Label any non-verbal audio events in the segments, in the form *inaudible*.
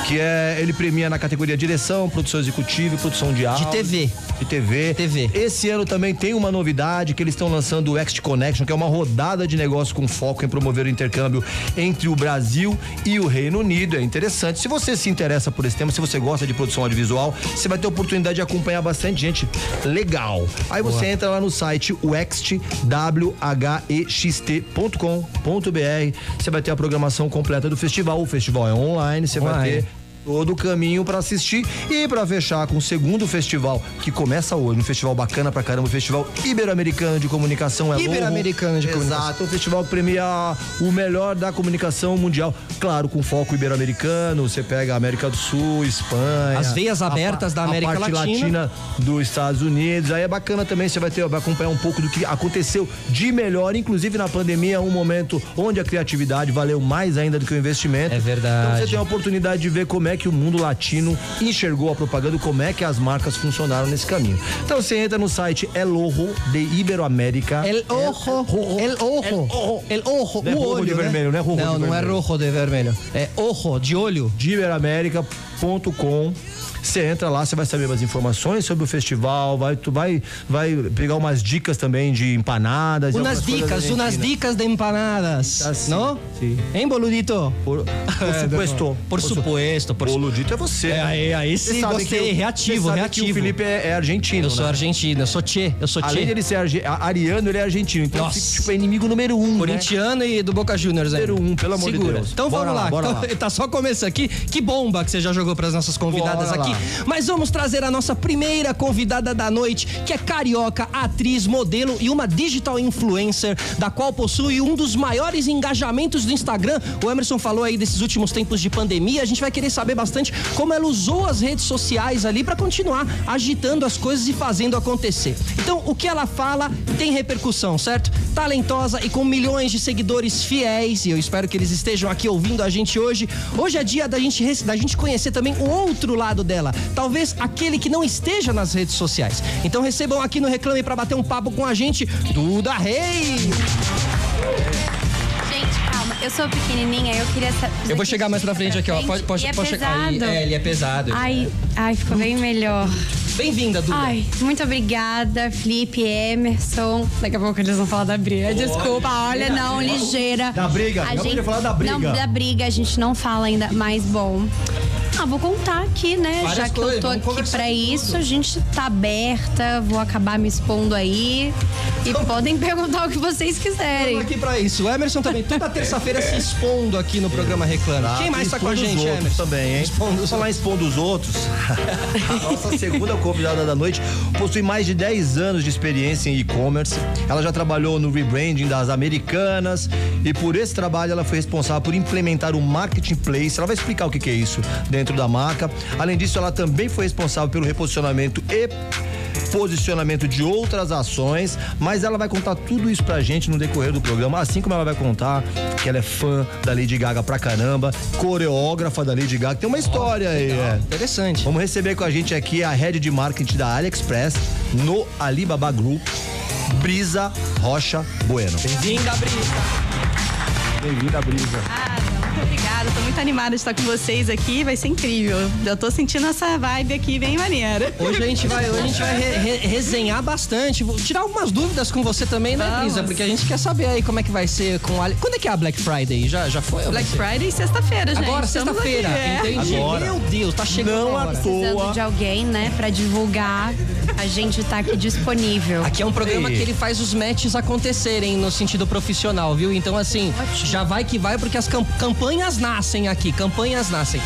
Que é, ele premia na categoria direção, produção executiva e produção de áudio. TV. De TV. TV. Esse ano também tem uma novidade que eles estão lançando o Ext Connection, que é uma rodada de negócio com foco em promover o intercâmbio entre o Brasil e o Reino Unido. É interessante. Se você se interessa por esse tema, se você gosta de produção audiovisual, você vai ter a oportunidade de acompanhar bastante gente legal. Aí você entra lá no site wxt.com.br. Você vai ter a programação completa do festival. O festival é online, você vai Online. ter todo o caminho pra assistir e pra fechar com o segundo festival que começa hoje, um festival bacana pra caramba, o Festival Ibero-Americano de Comunicação é Ibero-Americano de Comunicação. Exato, um festival que premia o melhor da comunicação mundial, claro, com foco ibero-americano, você pega a América do Sul, Espanha, As veias a pa- abertas da América a parte Latina. dos Estados Unidos. Aí é bacana também, você vai ter vai acompanhar um pouco do que aconteceu de melhor, inclusive na pandemia, um momento onde a criatividade valeu mais ainda do que o investimento. É verdade. Então você tem a oportunidade de ver como é que o mundo latino enxergou a propaganda, e como é que as marcas funcionaram nesse caminho. Então você entra no site El Ojo de Iberoamérica. É, El ojo, el ojo, el ojo, Não é o rojo olho, de vermelho, não é rojo Não, de não é vermelho. rojo de vermelho. É ojo, de olho. de iberoamerica.com. Você entra lá, você vai saber mais informações sobre o festival, vai, tu vai, vai pegar umas dicas também de empanadas. e Unas algumas coisas assim, né? dicas, unas argentinas. dicas de empanadas. Assim, não? sim. Hein, boludito? *laughs* Por, por supuesto. É, Por supuesto, por O Ludito é você. É, né? aí- aí Você sim, sabe gostei, que o- reativo, você sabe reativo. Que o Felipe é, é argentino. Eu sou né? argentino, eu sou tchê, eu sou Além tchê. dele ser arge- a- ariano, ele é argentino. Então, Nossa. ele fica, tipo, é inimigo número um. né? Corintiano e do Boca Juniors aí. Número um, pelo amor de Segura. Deus. Então Bora vamos lá. lá, bora Então, *laughs* lá. Tá só começando aqui. Que bomba que você já jogou pras nossas convidadas Bora aqui. lá. Mas vamos trazer a nossa primeira convidada da noite, que é carioca, atriz, modelo e uma digital influencer, da qual possui um dos maiores engajamentos do Instagram. O Emerson falou aí desses últimos tempos de pandemia. A gente vai querer saber bastante como ela usou as redes sociais ali pra continuar agitando as coisas e fazendo acontecer. Então, o que ela fala tem repercussão, certo? Talentosa e com milhões de seguidores fiéis, e eu espero que eles estejam aqui ouvindo a gente hoje. Hoje é dia da gente, rece- da gente conhecer também o outro lado dela, talvez aquele que não esteja nas redes sociais. Então recebam aqui no Reclame pra bater um papo com a gente, Duda Rei. Gente, calma, eu sou pequenininha, eu queria saber. Eu vou chegar mais pra frente aqui, ó. Pode, pode, e é pode chegar. Aí, pesado. é, ele é pesado. Ai, ai, ficou bem melhor. Bem-vinda, Duda. Ai, muito obrigada, Felipe, Emerson. Daqui a pouco eles vão falar da briga. Desculpa, olha, não, ligeira. Da briga, A eu podia falar da briga. Não, da briga a gente não fala ainda, mas bom. Ah, vou contar aqui, né? Várias Já que coisas, eu tô vamos aqui conversar pra de isso, tudo. a gente tá aberta, vou acabar me expondo aí. E podem perguntar o que vocês Estamos quiserem. aqui pra isso. O Emerson também, toda terça-feira se expondo aqui no programa Reclama. Quem mais tá com a Expondo Ah, os gente, outros Emerson? Também, hein? Expondo os Falar em expondo os outros. a nossa segunda convidada da noite possui mais de 10 anos de experiência em e-commerce. Ela já trabalhou no rebranding das Americanas e por esse trabalho ela foi responsável por implementar o marketplace. Ela vai explicar o que que é isso dentro da marca. Além disso, ela também foi responsável pelo reposicionamento e posicionamento de outras ações, mas ela vai contar tudo isso pra gente no decorrer do programa, assim como ela vai contar que ela é fã da Lady Gaga pra caramba, coreógrafa da Lady Gaga, tem uma história aí, é. Interessante. Vamos receber com a gente aqui a head de marketing da AliExpress no Alibaba Group, Brisa Rocha Bueno. Bem-vinda, Brisa. Bem-vinda, Brisa. Ah, não, *laughs* muito Obrigada, tô muito animada de estar com vocês aqui, vai ser incrível. Eu tô sentindo essa vibe aqui bem maneira. Hoje a gente vai, hoje a gente vai re- re- resenhar bastante. Vou tirar algumas dúvidas com você também, né, Brisa? Porque a gente quer saber aí como é que vai ser com a... Quando é que é a Black Friday? Já, já foi? ou vai Black ser? Friday e sexta-feira, gente. Agora, Estamos sexta-feira. aqui, é. Entendi. Agora. Meu Deus, tá chegando Não a hora. à Precisando de alguém, né, pra divulgar. A gente tá aqui disponível. Aqui é um programa que ele faz os matches acontecerem no sentido profissional, viu? Então, assim, já vai que vai, porque as cam- campanhas nascem aqui, campanhas nascem.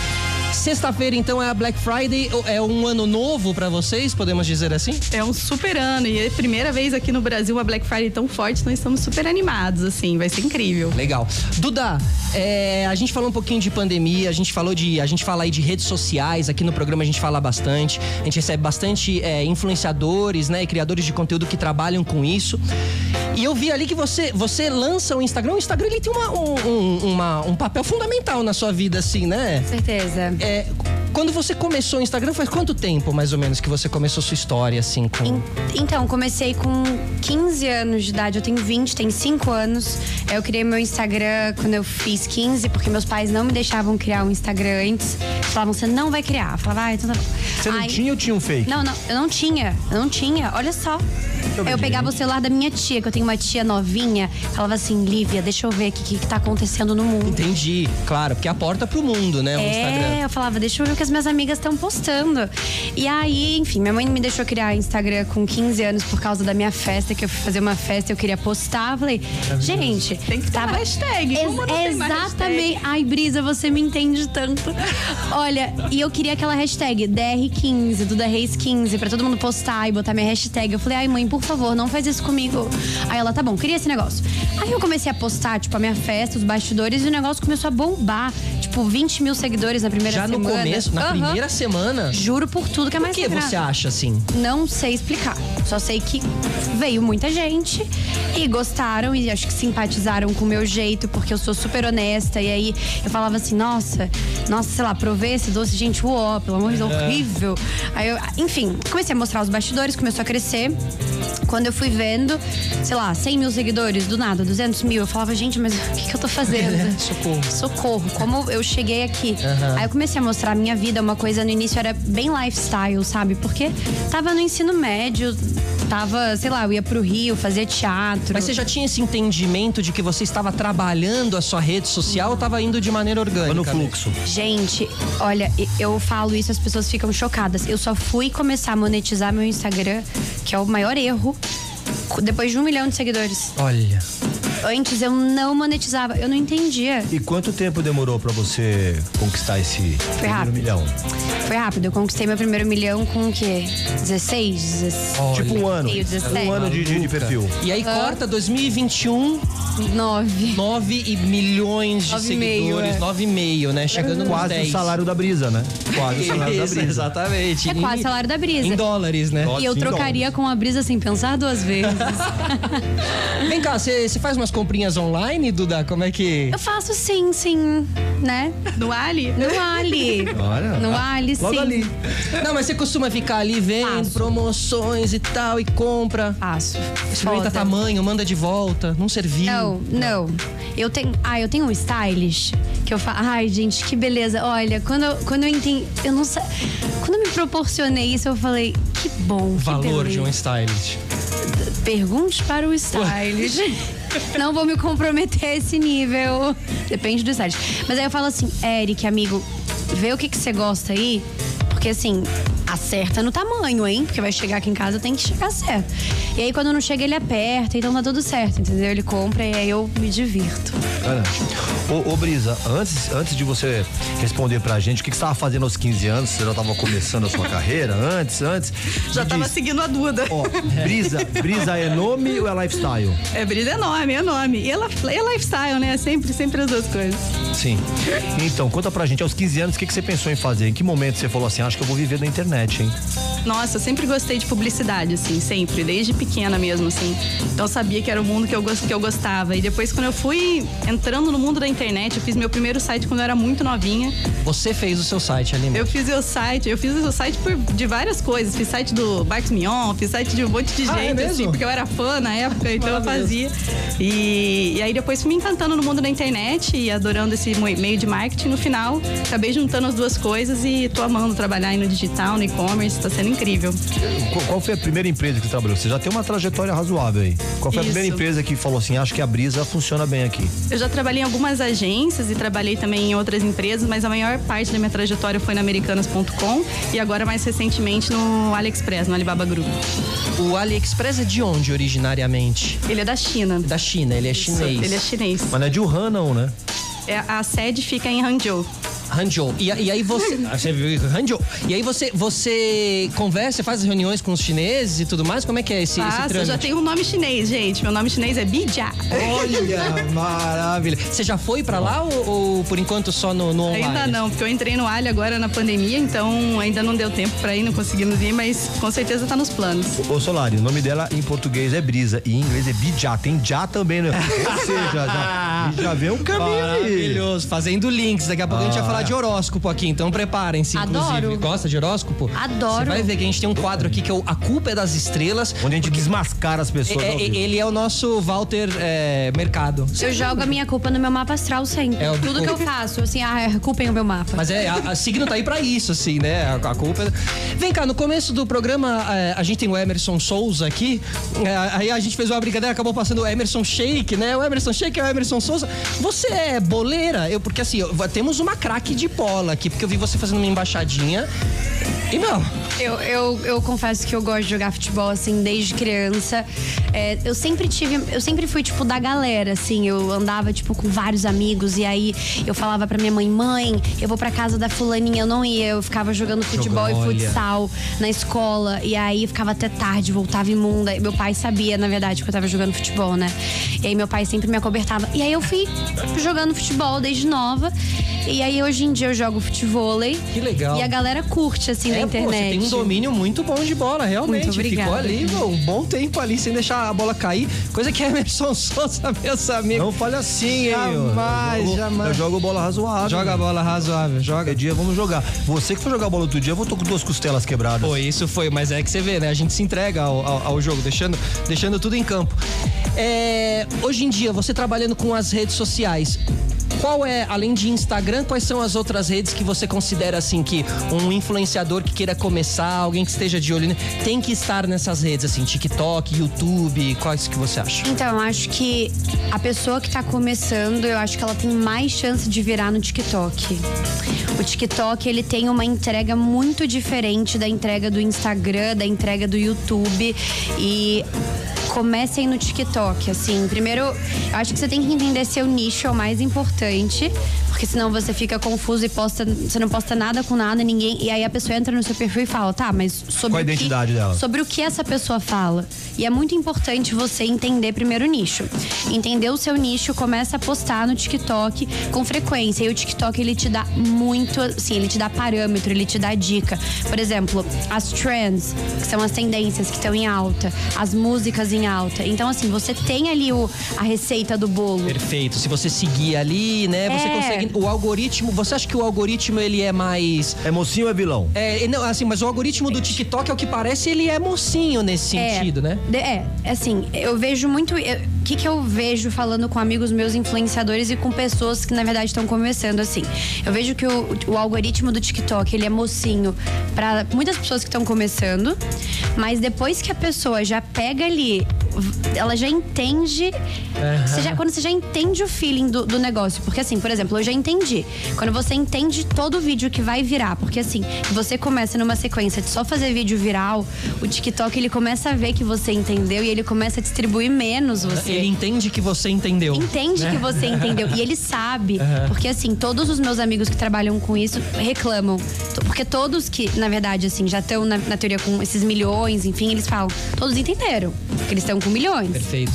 Sexta-feira, então, é a Black Friday, o- é um ano novo pra vocês, podemos dizer assim? É um super ano e é a primeira vez aqui no Brasil uma Black Friday é tão forte, nós estamos super animados, assim, vai ser incrível. Legal. Duda, é, a gente falou um pouquinho de pandemia, a gente falou de. A gente fala aí de redes sociais, aqui no programa a gente fala bastante. A gente recebe bastante é, influenciadores, né? E criadores de conteúdo que trabalham com isso. E eu vi ali que você, você lança o Instagram. O Instagram ele tem uma, um, um- uma- um papel fundamental na sua vida, assim, né? Com certeza. É, quando você começou o Instagram, faz quanto tempo, mais ou menos, que você começou sua história, assim, com. En- Então, comecei com 15 anos de idade, eu tenho 20, tem 5 anos. Eu criei meu Instagram quando eu fiz 15, porque meus pais não me deixavam criar um Instagram antes. Falavam, você não vai criar. Eu falava, ah, então tá bom. Você não Aí- tinha ou tinha um fake? Não, não, eu não tinha, eu não tinha, olha só. Eu pegava o celular da minha tia, que eu tenho uma tia novinha, falava assim, Lívia, deixa eu ver aqui o que, que tá acontecendo no mundo. Entendi, claro, porque é a porta pro mundo, né? O Instagram. É, eu falava, deixa eu ver o que as minhas amigas estão postando. E aí, enfim, minha mãe me deixou criar Instagram com 15 anos por causa da minha festa, que eu fui fazer uma festa e eu queria postar. Eu Falei, gente, Tem que ter uma hashtag, como não tem mais exatamente. Ai, Brisa, você me entende tanto. Olha, e eu queria aquela hashtag DR15, Duda Reis 15, pra todo mundo postar e botar minha hashtag. Eu falei, ai, mãe, por favor, não faz isso comigo. Aí ela, tá bom, queria esse negócio. Aí eu comecei a postar, tipo, a minha festa, os bastidores, e o negócio começou a bombar. Tipo, 20 mil seguidores na primeira Já no semana. começo, na Aham. primeira semana. Juro por tudo que é O mais que sagrado. você acha assim? Não sei explicar. Só sei que veio muita gente e gostaram e acho que simpatizaram com o meu jeito, porque eu sou super honesta. E aí eu falava assim, nossa, nossa, sei lá, provei esse doce, gente, uó, pelo amor de Deus, horrível. Aí eu, enfim, comecei a mostrar os bastidores, começou a crescer. Quando eu fui vendo, sei lá, 100 mil seguidores, do nada, 200 mil, eu falava, gente, mas o que, que eu tô fazendo? Socorro. socorro, como eu cheguei aqui. Aí eu comecei a mostrar a minha vida, uma coisa no início era bem lifestyle, sabe? Porque tava no ensino médio, tava, sei lá, eu ia pro Rio, fazia teatro. Mas você já tinha esse entendimento de que você estava trabalhando a sua rede social ou estava indo de maneira orgânica? né? No mesmo? fluxo. Gente, olha, e- eu falo isso, as pessoas ficam chocadas. Eu só fui começar a monetizar meu Instagram, que é o maior erro, co- depois de um milhão de seguidores. Olha. Antes eu não monetizava, eu não entendia. E quanto tempo demorou pra você conquistar esse primeiro rápido. milhão? Foi rápido, eu conquistei meu primeiro milhão com o quê? 16, 16. Tipo um ano. Meio 17. Um ano de, de- de perfil. E aí corta 2021, 9. 9 e milhões de Nove e meio, seguidores, é. 9,5, né? Chegando nos Quase 10. o salário da Brisa, né? Quase o salário da Isso, Brisa. Exatamente. É quase o salário da Brisa. Em dólares, né? Dólar. E eu Sim, trocaria com a brisa sem pensar *laughs* duas vezes. Vem cá, você você faz umas comprinhas online, Duda? Como é que. Eu faço sim, sim, né? No Ali? No Ali. Olha. No Ali, Logo sim. ali. Não, mas você costuma ficar ali vendo Faço. promoções e tal, e compra. Faço. Experimenta Foda. É tamanho, manda de volta, não serviu. Não, não. Eu tenho. Ah, eu tenho um stylist que eu falo. Ai, gente, que beleza. Olha, quando eu, quando eu entendi. Eu não sei. Quando eu me proporcionei isso, eu falei, que bom. que Valor de beleza. um stylist. Pergunte para o stylist. Não vou me comprometer a esse nível. Depende do stylist. Mas aí eu falo assim, Eric, amigo, vê o que, que você gosta aí, porque assim, acerta no tamanho, hein? Porque vai chegar aqui em casa, tem que chegar certo. E aí quando não chega, ele aperta, então tá tudo certo, entendeu? Ele compra e aí eu me divirto. Cara, Ô, ô, Brisa, antes, antes de você responder pra gente o que, que você tava fazendo aos 15 anos, você já tava começando a sua *laughs* carreira, antes, antes. Já me tava diz, seguindo a Duda. Ó, Brisa, Brisa é nome ou é lifestyle? É brisa é nome, é nome. E ela é lifestyle, né? Sempre, sempre as duas coisas. Sim. Então, conta pra gente, aos 15 anos, o que, que você pensou em fazer? Em que momento você falou assim, acho que eu vou viver da internet, hein? Nossa, eu sempre gostei de publicidade, assim, sempre, desde pequena mesmo, assim. Então eu sabia que era o mundo que eu, gos- que eu gostava. E depois, quando eu fui entrando no mundo da internet, eu fiz meu primeiro site quando eu era muito novinha. Você fez o seu site, Aline. Eu fiz meu site, eu fiz o site por, de várias coisas. Fiz site do Bart Mignon, fiz site de um monte de Ah, é gente, mesmo? assim, porque eu era fã na época, então eu fazia. E, e aí depois fui me encantando no mundo da internet e adorando esse mo- meio de marketing. No final, acabei juntando as duas coisas e tô amando trabalhar aí no digital, no e-commerce, tá sendo incrível. Qual, qual foi a primeira empresa que você trabalhou? Você já tem uma trajetória razoável aí. Qual foi a Isso. primeira empresa que falou assim, acho que a Brisa funciona bem aqui? Eu já trabalhei em algumas agências e trabalhei também em outras empresas, mas a maior parte da minha trajetória foi na americanas.com e agora mais recentemente no AliExpress, no Alibaba Group. O AliExpress é de onde originariamente? Ele é da China. Da China, ele é chinês. Ele é chinês. Mas não é de Wuhan, não, né? É, a sede fica em Hangzhou. Hangzhou. E, a- e aí *laughs* você. Ah, você viu Hangzhou. E aí você, você conversa, faz reuniões com os chineses e tudo mais? Como é que é esse, esse Nossa, eu já trâmite? tenho um nome chinês, gente. Meu nome chinês é Bija. Olha, maravilha. Você já foi pra lá ou, ou por enquanto só no, no online? Ainda não, porque eu entrei no Ali agora na pandemia, então ainda não deu tempo pra ir, não conseguimos ir, mas com certeza tá nos planos. Ô Solari, o nome dela em português é Brisa e em inglês é Bijá. Tem Já também, né? Ou seja, *laughs* já, já vê um caminho aí. Ah. Maravilhoso, fazendo links. Daqui a pouco a gente vai falar de horóscopo aqui, então preparem-se, inclusive. Adoro. Gosta de horóscopo? Adoro. Você vai ver que a gente tem um quadro aqui que é o A Culpa é das Estrelas. Onde a gente desmascara as pessoas. né, É, ao é, vivo. ele é o nosso Walter é, Mercado. Eu jogo a minha culpa no meu mapa astral sempre. É, o- Tudo que eu faço, assim, ah, é, culpem o meu mapa. Mas é, a, a signo tá aí pra isso, assim, né? A, a culpa. é- Vem cá, no começo do programa, é, a gente tem o Emerson Souza aqui. é, aí a gente fez uma brincadeira, acabou passando o Emerson Shake, né? O Emerson Shake é o Emerson Souza. Você é boleira? Eu, porque assim, eu- temos uma craque de bola aqui, porque eu vi você fazendo uma embaixadinha. E não, Eu, eu, eu confesso que eu gosto de jogar futebol, assim, desde criança. É, eu sempre tive. Eu sempre fui, tipo, da galera, assim. Eu andava, tipo, com vários amigos. E aí eu falava pra minha mãe, mãe, eu vou pra casa da fulaninha. Eu não ia, eu ficava jogando futebol Jogando, e olha. futsal na escola. E aí eu ficava até tarde, voltava imunda. E Meu pai sabia, na verdade, que eu tava jogando futebol, né? E aí meu pai sempre me acobertava. E aí eu fui jogando futebol desde nova. E aí hoje em dia eu jogo futevôlei. Que legal. E a galera curte, assim, na É, pô, internet. você tem um domínio muito bom de bola, realmente. Muito obrigada. Ficou ali, meu, um bom tempo ali sem deixar a bola cair. Coisa que *laughs* Emerson Souza, meus amigos. Não fale assim, hein? ó. Jamais, eu jogo, jamais. Eu jogo bola razoável. Joga a bola razoável, joga. Qualquer dia vamos jogar. Você que foi jogar bola outro dia, eu vou tô com duas costelas quebradas. Pô, isso foi, mas é que você vê, né? A gente se entrega ao, ao- ao jogo, deixando, deixando tudo em campo. É, hoje em dia, você trabalhando com as redes sociais, qual é, além de Instagram, quais são as outras redes que você considera assim que um influenciador que queira começar, alguém que esteja de olho, né, tem que estar nessas redes, assim, TikTok, YouTube, quais que você acha? Então, eu acho que a pessoa que tá começando, eu acho que ela tem mais chance de virar no TikTok. O TikTok, ele tem uma entrega muito diferente da entrega do Instagram, da entrega do YouTube e comecem no TikTok, assim. Primeiro, eu acho que você tem que entender seu nicho é o mais importante, porque senão você fica confuso e posta, você não posta nada com nada, ninguém, e aí a pessoa entra no seu perfil e fala: "Tá, mas sobre Qual a o que- identidade dela? sobre o que essa pessoa fala. E é muito importante você entender primeiro o nicho. Entender o seu nicho, começa a postar no TikTok com frequência. E o TikTok ele te dá muito, assim, ele te dá parâmetro, ele te dá dica. Por exemplo, as trends, que são as tendências que estão em alta, as músicas em alta. Então assim, você tem ali o, a receita do bolo. Perfeito. Se você seguir ali, né, você É. consegue. O algoritmo. Você acha que o algoritmo ele é mais. É mocinho ou é vilão? É, não, assim, mas o algoritmo do TikTok, ao que parece, ele é mocinho nesse sentido, né? De- é, assim, eu vejo muito. eu- O que, que eu vejo falando com amigos meus influenciadores e com pessoas que, na verdade, estão começando assim? Eu vejo que o, o algoritmo do TikTok, ele é mocinho pra muitas pessoas que estão começando, mas depois que a pessoa já pega ali ela já entende. Você já, quando você já entende o feeling do, do negócio. Porque, assim, por exemplo, eu já entendi. Quando você entende todo o vídeo que vai virar, porque assim, você começa numa sequência de só fazer vídeo viral, o TikTok ele começa a ver que você entendeu e ele começa a distribuir menos você Ele entende que você entendeu. né? entende que você entendeu. E ele sabe. Porque, assim, todos os meus amigos que trabalham com isso reclamam. T- Porque todos que, na verdade, assim, já estão na, na teoria com esses milhões, enfim, eles falam, todos entenderam. Que eles estão com milhões. Perfeito.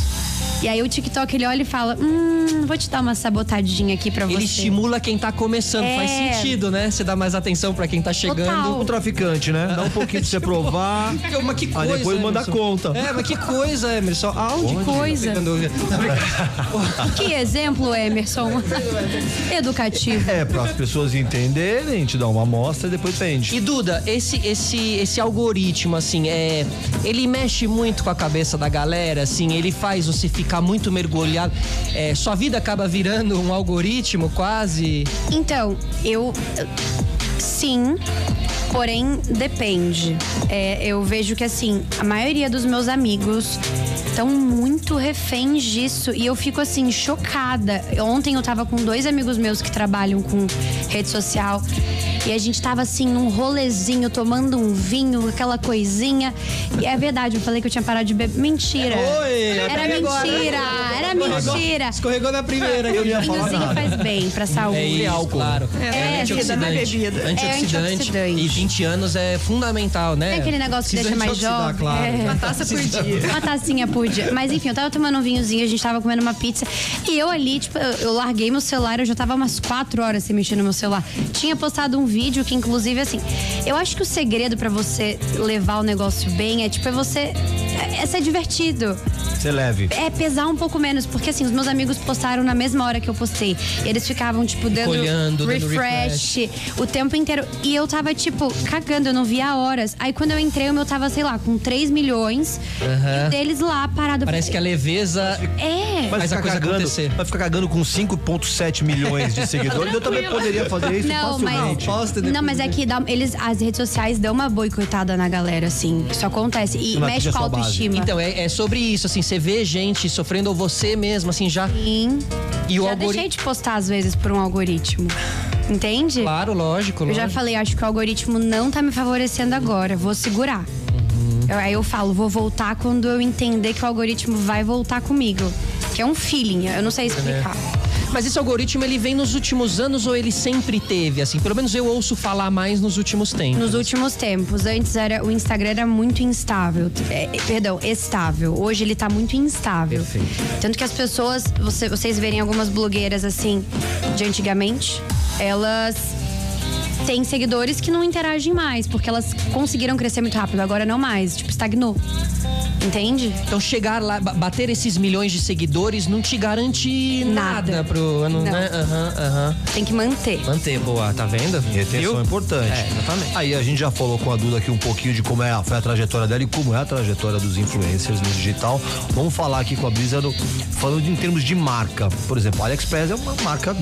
E aí o TikTok ele olha e fala: Hum, vou te dar uma sabotadinha aqui pra você. Ele estimula quem tá começando. É. Faz sentido, né? Você dá mais atenção pra quem tá chegando. Total. Um traficante, né? Dá um pouquinho pra você provar. *laughs* Que- Mas que Aí coisa. depois manda a Emerson. conta. É, mas que coisa, Emerson. Aonde? tá Que coisa. Que exemplo, Emerson? Educativo. É, para as pessoas entenderem, te dá uma amostra e depois vende. E Duda, esse, esse, esse algoritmo, assim, é, ele mexe muito com a cabeça da galera, assim, ele faz você ficar muito mergulhado. É, sua vida acaba virando um algoritmo quase. Então, eu. Sim. Porém, depende. É, eu vejo que, assim, a maioria dos meus amigos estão muito reféns disso e eu fico, assim, chocada. Ontem eu tava com dois amigos meus que trabalham com rede social e a gente tava, assim, num rolezinho, tomando um vinho, aquela coisinha. E é verdade, eu falei que eu tinha parado de beber. Mentira! Oi, É. era até agora. mentira! Era mentira! Escorregou na primeira. Eu O vinhozinho faz bem pra saúde. É isso, álcool. claro. É, bebida não é bebida. Antioxidante. É antioxidante. E 20 anos é fundamental, né? É aquele negócio que Precisa deixa mais antioxidar, jovem. Claro. É. Uma taça por dia. Uma tacinha por dia. Mas enfim, eu tava tomando um vinhozinho, a gente tava comendo uma pizza. E eu ali, tipo, eu, eu larguei meu celular, eu já tava umas quatro horas sem mexer no meu celular. Tinha postado um vídeo que, inclusive, assim, eu acho que o segredo pra você levar o negócio bem é, tipo, é você. É, é ser divertido. Você leve. É pesar um pouco menos, porque assim, os meus amigos postaram na mesma hora que eu postei. E eles ficavam, tipo, dando Olhando, dando refresh, o tempo inteiro. E eu tava, tipo, cagando, eu não via horas. Aí quando eu entrei, o meu tava, sei lá, com 3 milhões. E o deles lá, parado. Parece que a leveza. É. Mas a ficar coisa cagando, acontecer. Vai ficar cagando com 5,7 milhões de seguidores. Eu também poderia fazer isso Não, mas, facilmente. Posta não, mas é que dá- eles, as redes sociais dão uma boicotada na galera, assim. Isso acontece. E Não atinge mexe a com a sua base. autoestima. Então, é, é sobre isso, assim, você vê gente sofrendo, ou você mesmo, assim, já. Sim. E o Já algoritmo. deixei de postar, às vezes, por um algoritmo. Entende? Claro, lógico, Eu lógico. já falei, acho que o algoritmo não tá me favorecendo agora, vou segurar. Eu- Aí eu falo, vou voltar quando eu entender que o algoritmo vai voltar comigo. Que é um feeling, eu não sei explicar. Mas esse algoritmo, ele vem nos últimos anos ou ele sempre teve, assim? Pelo menos eu ouço falar mais nos últimos tempos. Nos últimos tempos, antes era o Instagram era muito instável. É, perdão, estável. Hoje ele tá muito instável. Tanto que as pessoas, você- vocês verem algumas blogueiras assim de antigamente, elas têm seguidores que não interagem mais, porque elas conseguiram crescer muito rápido, agora não mais, tipo, estagnou. Entende? Então chegar lá, ba- bater esses milhões de seguidores não te garante nada, Nada. pro ano, Não. né? Aham, aham. Tem que manter. Manter, boa, tá vendo? Retenção é importante. É, exatamente. Aí a gente já falou com a Duda aqui um pouquinho de como é a, foi a trajetória dela e como é a trajetória dos influencers no digital. Vamos falar aqui com a Brisa do- falando de- em termos de marca. Por exemplo, a AliExpress é uma marca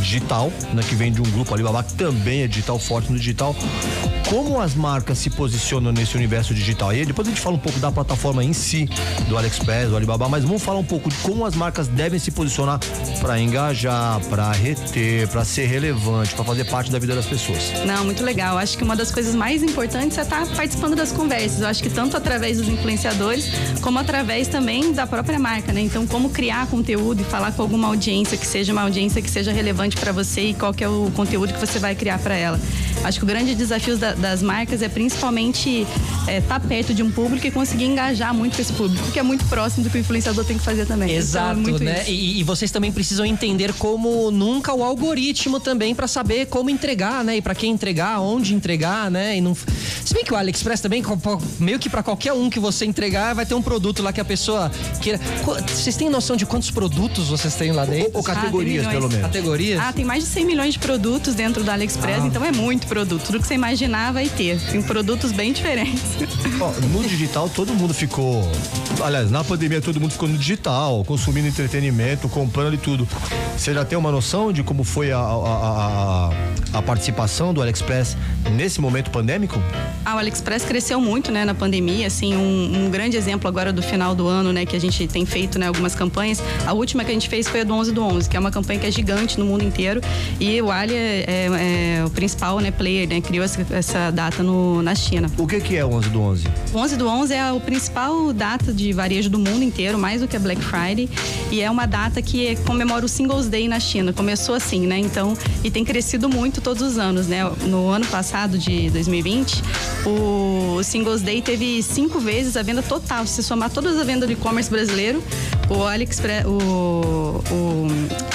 digital, né, que vem de um grupo Alibaba que também é digital, forte no digital. Como as marcas se posicionam nesse universo digital? E aí depois a gente fala um pouco da plataforma em si, do AliExpress, do Alibaba, mas vamos falar um pouco de como as marcas devem se posicionar para engajar, para reter, para ser relevante, para fazer parte da vida das pessoas. Não, muito legal. Acho que uma das coisas mais importantes é estar participando das conversas. Eu acho que tanto através dos influenciadores, como através também da própria marca, né? Então, como criar conteúdo e falar com alguma audiência que seja uma audiência que seja relevante para você e qual que é o conteúdo que você vai criar para ela. Acho que o grande desafio da- das marcas é principalmente estar perto de um público e conseguir engajar muito com esse público, que é muito próximo do que o influenciador tem que fazer também. Então, é Exato, muito né? isso. E, e vocês também precisam entender como nunca o algoritmo também pra saber como entregar, né? E pra quem entregar, onde entregar, né? E não... Se bem que o AliExpress também, co- po- meio que pra qualquer um que você entregar, vai ter um produto lá que a pessoa queira. Qu- Vocês têm noção de quantos produtos vocês têm lá dentro? Ou categorias, Ah, tem pelo milhões. menos. Categorias? Ah, tem mais de 100 milhões de produtos dentro do AliExpress, então é muito produto. Tudo que você imaginar vai ter. Tem produtos bem diferentes. Ó, no digital todo mundo ficou. Aliás, na pandemia todo mundo ficou no digital, consumindo entretenimento, comprando e tudo. Você já tem uma noção de como foi a, a, a, a participação do AliExpress nesse momento pandêmico? Ah, o AliExpress cresceu muito, né, na pandemia, assim, um, um grande exemplo agora do final do ano, né, que a gente tem feito, né, algumas campanhas. A última que a gente fez foi a do 11 do 11, que é uma campanha que é gigante no mundo inteiro e o Ali é, é- é o principal, né, player, né, criou essa, essa data no, na China. O que, que é 11 do 11? O 11 do 11 é o principal data de varejo do mundo inteiro, mais do que a Black Friday, e é uma data que comemora o Singles Day na China. Começou assim, né? Então, e tem crescido muito todos os anos, né? No ano passado de 2020, o Singles Day teve cinco vezes a venda total. Se somar todas as vendas do e-commerce brasileiro, o AliExpress, o, o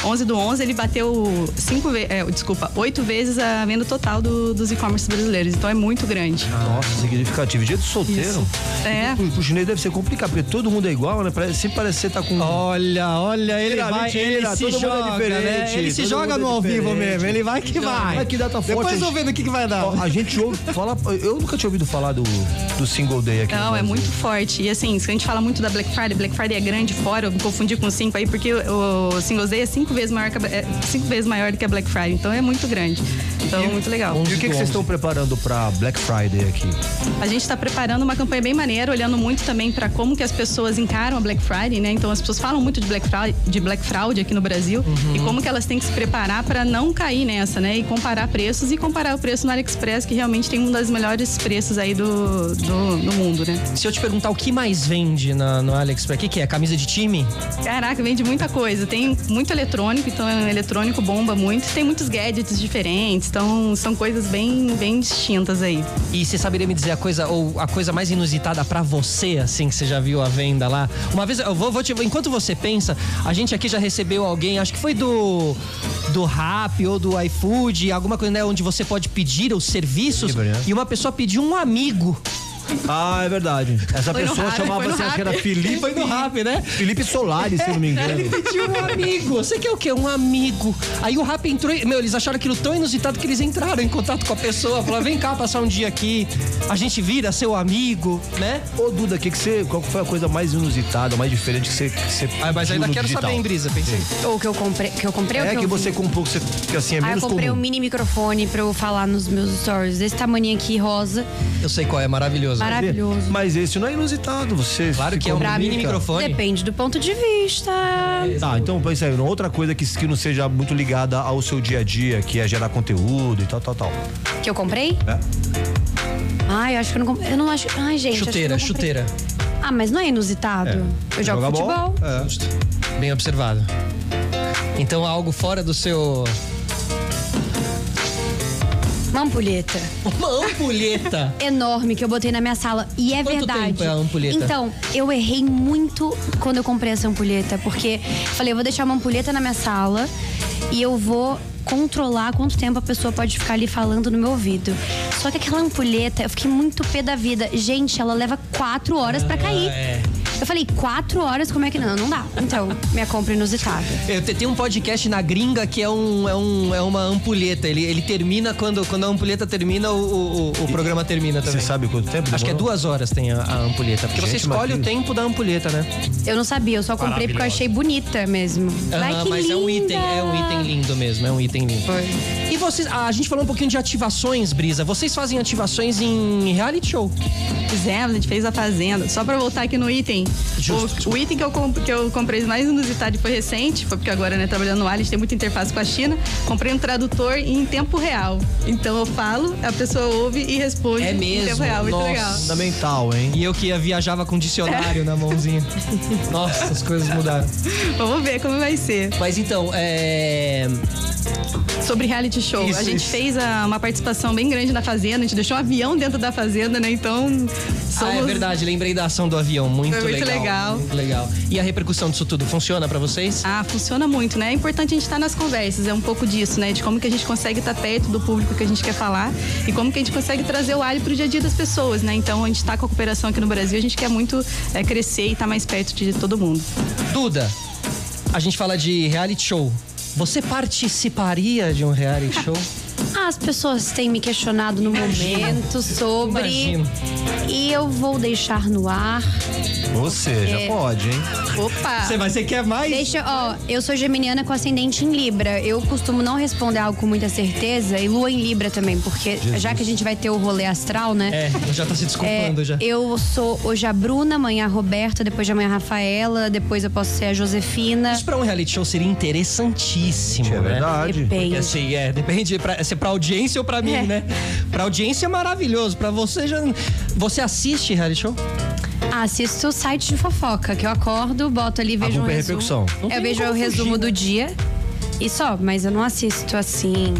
11 do 11, ele bateu cinco ve- é, desculpa, oito vezes a venda total do- dos e-commerce brasileiros. Então é muito grande. Nossa, significativo. Dia de solteiro. É. Pro, pro chinês deve ser complicado, porque todo mundo é igual, né? Parece, sempre parece que você tá com. Olha, olha, ele Mentira, vai, mentira, ele se todo mundo é joga, né? diferente, Ele se todo joga mundo é no ao vivo diferente. mesmo, ele vai que vai. Vai que data forte, Depois gente. eu vendo o que, que vai dar. Ó, A gente ouve falar. Eu nunca tinha ouvido falar do, do single day aqui. no Não, é Brasil. muito forte. E assim, se a gente fala muito da Black Friday, Black Friday é grande fora, eu me confundi com cinco aí, porque o o Singles Day é cinco vezes maior que a, é cinco vezes maior do que a Black Friday, então é muito grande. Então, é muito legal. E o que, que vocês estão preparando pra Black Friday aqui? A gente está preparando uma campanha bem maneira, olhando muito também para como que as pessoas encaram a Black Friday, né? Então as pessoas falam muito de Black Friday, de Black Fraud aqui no Brasil e como que elas têm que se preparar para não cair nessa, né? E comparar preços e comparar o preço no AliExpress, que realmente tem um dos melhores preços aí do, do, do mundo, né? Se eu te perguntar o que mais vende na, no AliExpress, o que, que é? Camisa de time? Caraca, vende muita coisa. Tem muito eletrônico, então é, eletrônico bomba muito. Tem muitos gadgets diferentes, então são coisas bem, bem distintas aí. E você saberia me dizer a coisa, ou a coisa mais inusitada pra você, assim, que você já viu a venda lá? Uma vez, eu vou, vou te. Enquanto você pensa, a gente aqui já recebeu alguém, acho que foi do. Do Rap ou do iFood, alguma coisa, né? Onde você pode pedir os serviços. Delivery, né? E uma pessoa pediu um amigo. Ah, é verdade. Essa Foi no pessoa Rappi, foi chamava-se, no acho que era Rappi. Felipe. Foi do Rap, né? Felipe Solari, se eu não me engano. Pediu um amigo. Você quer o quê? Um amigo. Aí o Rap entrou. e- Meu, eles acharam aquilo tão inusitado que eles entraram em contato com a pessoa. Falaram: vem cá passar um dia aqui. A gente vira seu amigo, né? Ô, Duda, que que você, qual foi a coisa mais inusitada, mais diferente que você. Que você Ah, mas viu ainda no quero digital? saber, hein, Brisa? Pensei. Ou que eu comprei, que eu comprei ou É que, que eu você vi? comprou, que você, que assim, é Ah, eu menos comprei um comum. mini microfone pra eu falar nos meus stories, desse tamanho aqui, rosa, Eu sei qual é, maravilhoso. maravilhoso. Mas esse não é inusitado, você. Claro que é um Pra mini mim, microfone. Depende do ponto de vista. Tá, então pensa aí, outra coisa que, que não seja muito ligada ao seu dia a dia, que é gerar conteúdo e tal, tal, tal. Que eu comprei? É. Ai, eu acho que eu não comprei. Eu não acho. Ai, gente. acho que eu Chuteira, não comprei. chuteira. Ah, mas não é inusitado. Eu jogo Joga futebol. bola? É. Bem observado. Então algo fora do seu. Uma ampulheta Uma ampulheta! enorme que eu botei na minha sala. E é Quanto verdade. tempo é a ampulheta? Então, eu errei muito quando eu comprei essa ampulheta. Porque falei, eu vou deixar uma ampulheta na minha sala e eu vou controlar quanto tempo a pessoa pode ficar ali falando no meu ouvido. Só que aquela ampulheta, eu fiquei muito pé da vida. Gente, ela leva quatro horas pra cair. é. Eu falei, quatro horas? Como é que não? Não dá. Então, minha compra inusitada. Eu te- tem um podcast na gringa que é, um, é, um, é uma ampulheta. Ele, ele termina quando, quando a ampulheta termina, o- o, o- o programa termina Você também. sabe quanto tempo? Acho que é demorou? duas horas tem a, a ampulheta. Porque você Gente, escolhe o Matheus. tempo da ampulheta, né? Eu não sabia, eu só comprei porque eu achei bonita mesmo. Ai, Ah, que mas é um item, linda! é um item lindo mesmo, é um item lindo. Foi. E vocês, a gente falou um pouquinho de ativações, Brisa. Vocês fazem ativações em reality show? Fizemos, é, a gente fez a fazenda. Só pra voltar aqui no item. Justo. O, o item que eu, comp- que eu comprei mais inusitado e foi recente, foi porque agora, né, trabalhando no Alice, tem muita interface com a China. Comprei um tradutor em tempo real. Então eu falo, a pessoa ouve e responde É em mesmo? tempo real. Muito Nossa. legal. Fundamental, hein? E eu que viajava com um dicionário na mãozinha. *laughs* Nossa, as coisas mudaram. Vamos ver como vai ser. Mas então, é. Sobre reality show. Isso, a gente isso. fez a- uma participação bem grande na fazenda, a gente deixou um avião dentro da fazenda, né? Então. Somos... Ah, é verdade, lembrei da ação do avião. Muito, Foi muito legal, legal. Muito legal. E a repercussão disso tudo funciona pra vocês? Ah, funciona muito, né? É importante a gente estar nas conversas, é um pouco disso, né? De como que a gente consegue estar perto do público que a gente quer falar e como que a gente consegue trazer o alho para o dia a dia das pessoas, né? Então, a gente está com a cooperação aqui no Brasil, a gente quer muito é, crescer e estar mais perto de todo mundo. Duda, a gente fala de reality show. Você participaria de um reality show? As pessoas têm me questionado no momento sobre. Imagino. E eu vou deixar no ar. Você já É. pode, hein? Opa! Você, mas você quer mais? Ah. Deixa, ó, eu sou geminiana com ascendente em Libra. Eu costumo não responder algo com muita certeza e lua em Libra também, porque já que a gente vai ter o rolê astral, né? É, já tá se desculpando É, já. Eu sou hoje a Bruna, amanhã a Roberta, depois de amanhã a Rafaela, depois eu posso ser a Josefina. Isso pra um reality show seria interessantíssimo, É né? verdade. Porque, Depende. assim, é, depende pra, se é pra audiência ou pra mim, É. né? Pra audiência é maravilhoso, pra você já... Você assiste reality show? Ah, assisto o site de fofoca, que eu acordo, boto ali, vejo um culpa é resumo. repercussão. Não tem Eu vejo como o fugir, resumo né? do dia. E só, mas eu não assisto assim.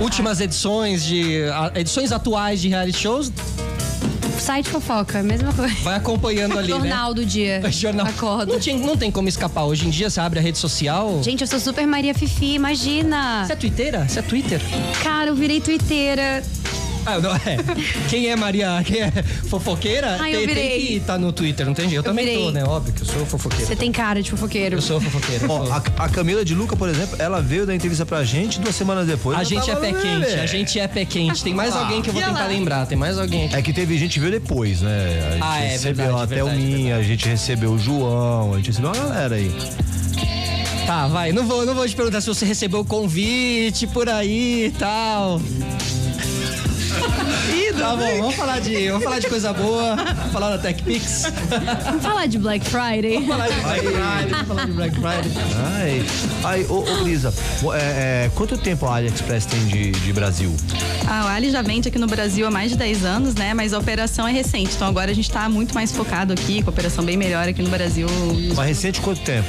Últimas edições de... a- edições atuais de reality shows, Site de fofoca, é mesma coisa. vai acompanhando *laughs* *laughs* ali, né? Jornal do dia. *laughs* Jornal. Acordo. Não, tinha- não tem como escapar. Hoje em dia, você abre a rede social... Gente, eu sou super Maria Fifi, imagina. Você é twitteira? Você é Twitter? Cara, eu virei twitteira. Ah, não, é. Quem é Maria? Quem é fofoqueira? Ai, eu tem, tem virei. que estar no Twitter, não tem jeito. Eu, também virei. tô, né? Óbvio que eu sou fofoqueira. Você tem cara de fofoqueiro. Eu sou fofoqueira. Ó, a, a Camila de Luca, por exemplo, ela veio da entrevista pra gente duas semanas depois. A ela gente é tava pé no quente, BBB. a gente é pé quente. Tem mais alguém que eu vou tentar lembrar, tem mais alguém aqui. É que teve gente que veio depois, né? A gente Ah, é recebeu verdade, a verdade, Thelminha, a gente recebeu o João, a gente recebeu uma galera aí. Tá, vai. Não vou, não vou te perguntar se você recebeu o convite por aí e tal. Ih, tá bom, vamos falar de, vamos falar de coisa boa, vamos falar da TechPix, Vamos falar de Black Friday. falar de Black Friday, vamos falar de Black Friday. Ai, ai ô, ô Lisa, ô, é, é, quanto tempo a AliExpress tem de, de Brasil? A Ali já vende aqui no Brasil há mais de 10 anos, né? Mas a operação é recente. Então agora a gente tá muito mais focado aqui, com a operação bem melhor aqui no Brasil. Mais recente, quanto tempo?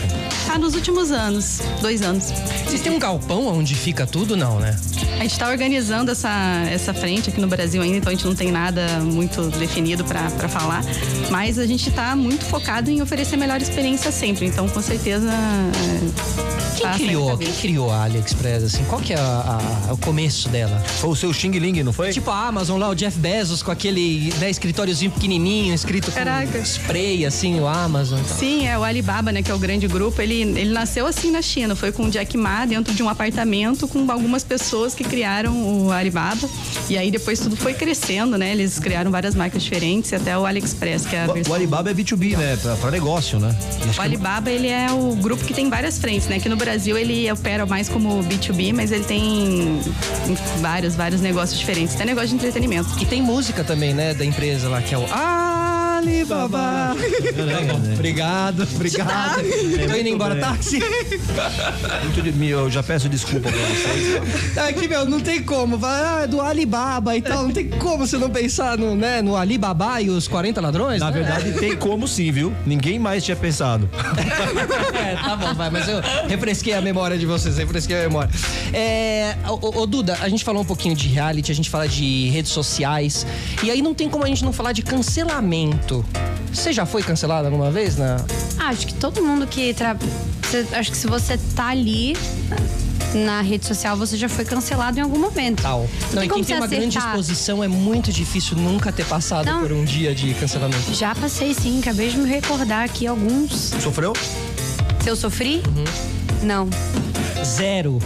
Tá nos últimos anos, dois anos. Vocês têm um galpão onde fica tudo, não, né? A gente está organizando essa, essa frente aqui no Brasil ainda, então a gente não tem nada muito definido para falar. Mas a gente está muito focado em oferecer a melhor experiência sempre. Então, com certeza. Quem é, tá Ah, criou, sempre quem aberto. criou a AliExpress, assim? Qual que é a- a- o começo dela? Foi o seu Xing Ling, não foi? Tipo a Amazon lá, o Jeff Bezos com aquele né, escritóriozinho pequenininho, escrito Caraca. com spray, assim, o Amazon e tal. Sim, é o Alibaba, né, que é o grande grupo. Ele, ele nasceu assim na China, foi com o Jack Ma dentro de um apartamento com algumas pessoas que criaram o Alibaba. E aí depois tudo foi crescendo, né? Eles criaram várias marcas diferentes, e até o AliExpress, que é a O, o versão Alibaba é B2B, né? Pra, pra negócio, né? E acho O que- Alibaba, ele é o grupo que tem várias frentes, né? Aqui no Brasil, ele opera mais como B2B, mas ele tem vários, vários negócios diferentes. Até negócio de entretenimento. é E tem música também, né, da empresa lá, que é o Alibaba. Tá bom, obrigado, obrigado. Tô indo embora, tá? *laughs* táxi. Muito de- me- eu já peço desculpa pra vocês. Tá Aqui, meu, não tem como. Vai, ah, do Alibaba e tal. Não tem como você não pensar no, né, no Alibaba e os 40 ladrões, Na né? É. verdade, tem como sim, viu? Ninguém mais tinha pensado. É, tá bom, vai, mas eu refresquei a memória de vocês, refresquei a memória. É, ô, ô, ô, Duda, a gente falou um pouquinho de reality, a gente fala de redes sociais, e aí não tem como a gente não falar de cancelamento. Você já foi cancelada alguma vez? né, Na... Ah, Acho que todo mundo que tra... cê- Acho que se você tá ali na rede social, você já foi cancelado em algum momento. Tal. Não, tem e como quem tem você uma grande acertar. exposição é muito difícil nunca ter passado Não. por um dia de cancelamento. Já passei sim, acabei de me recordar aqui alguns. Sofreu? Se eu sofri? Uhum. Não. Zero.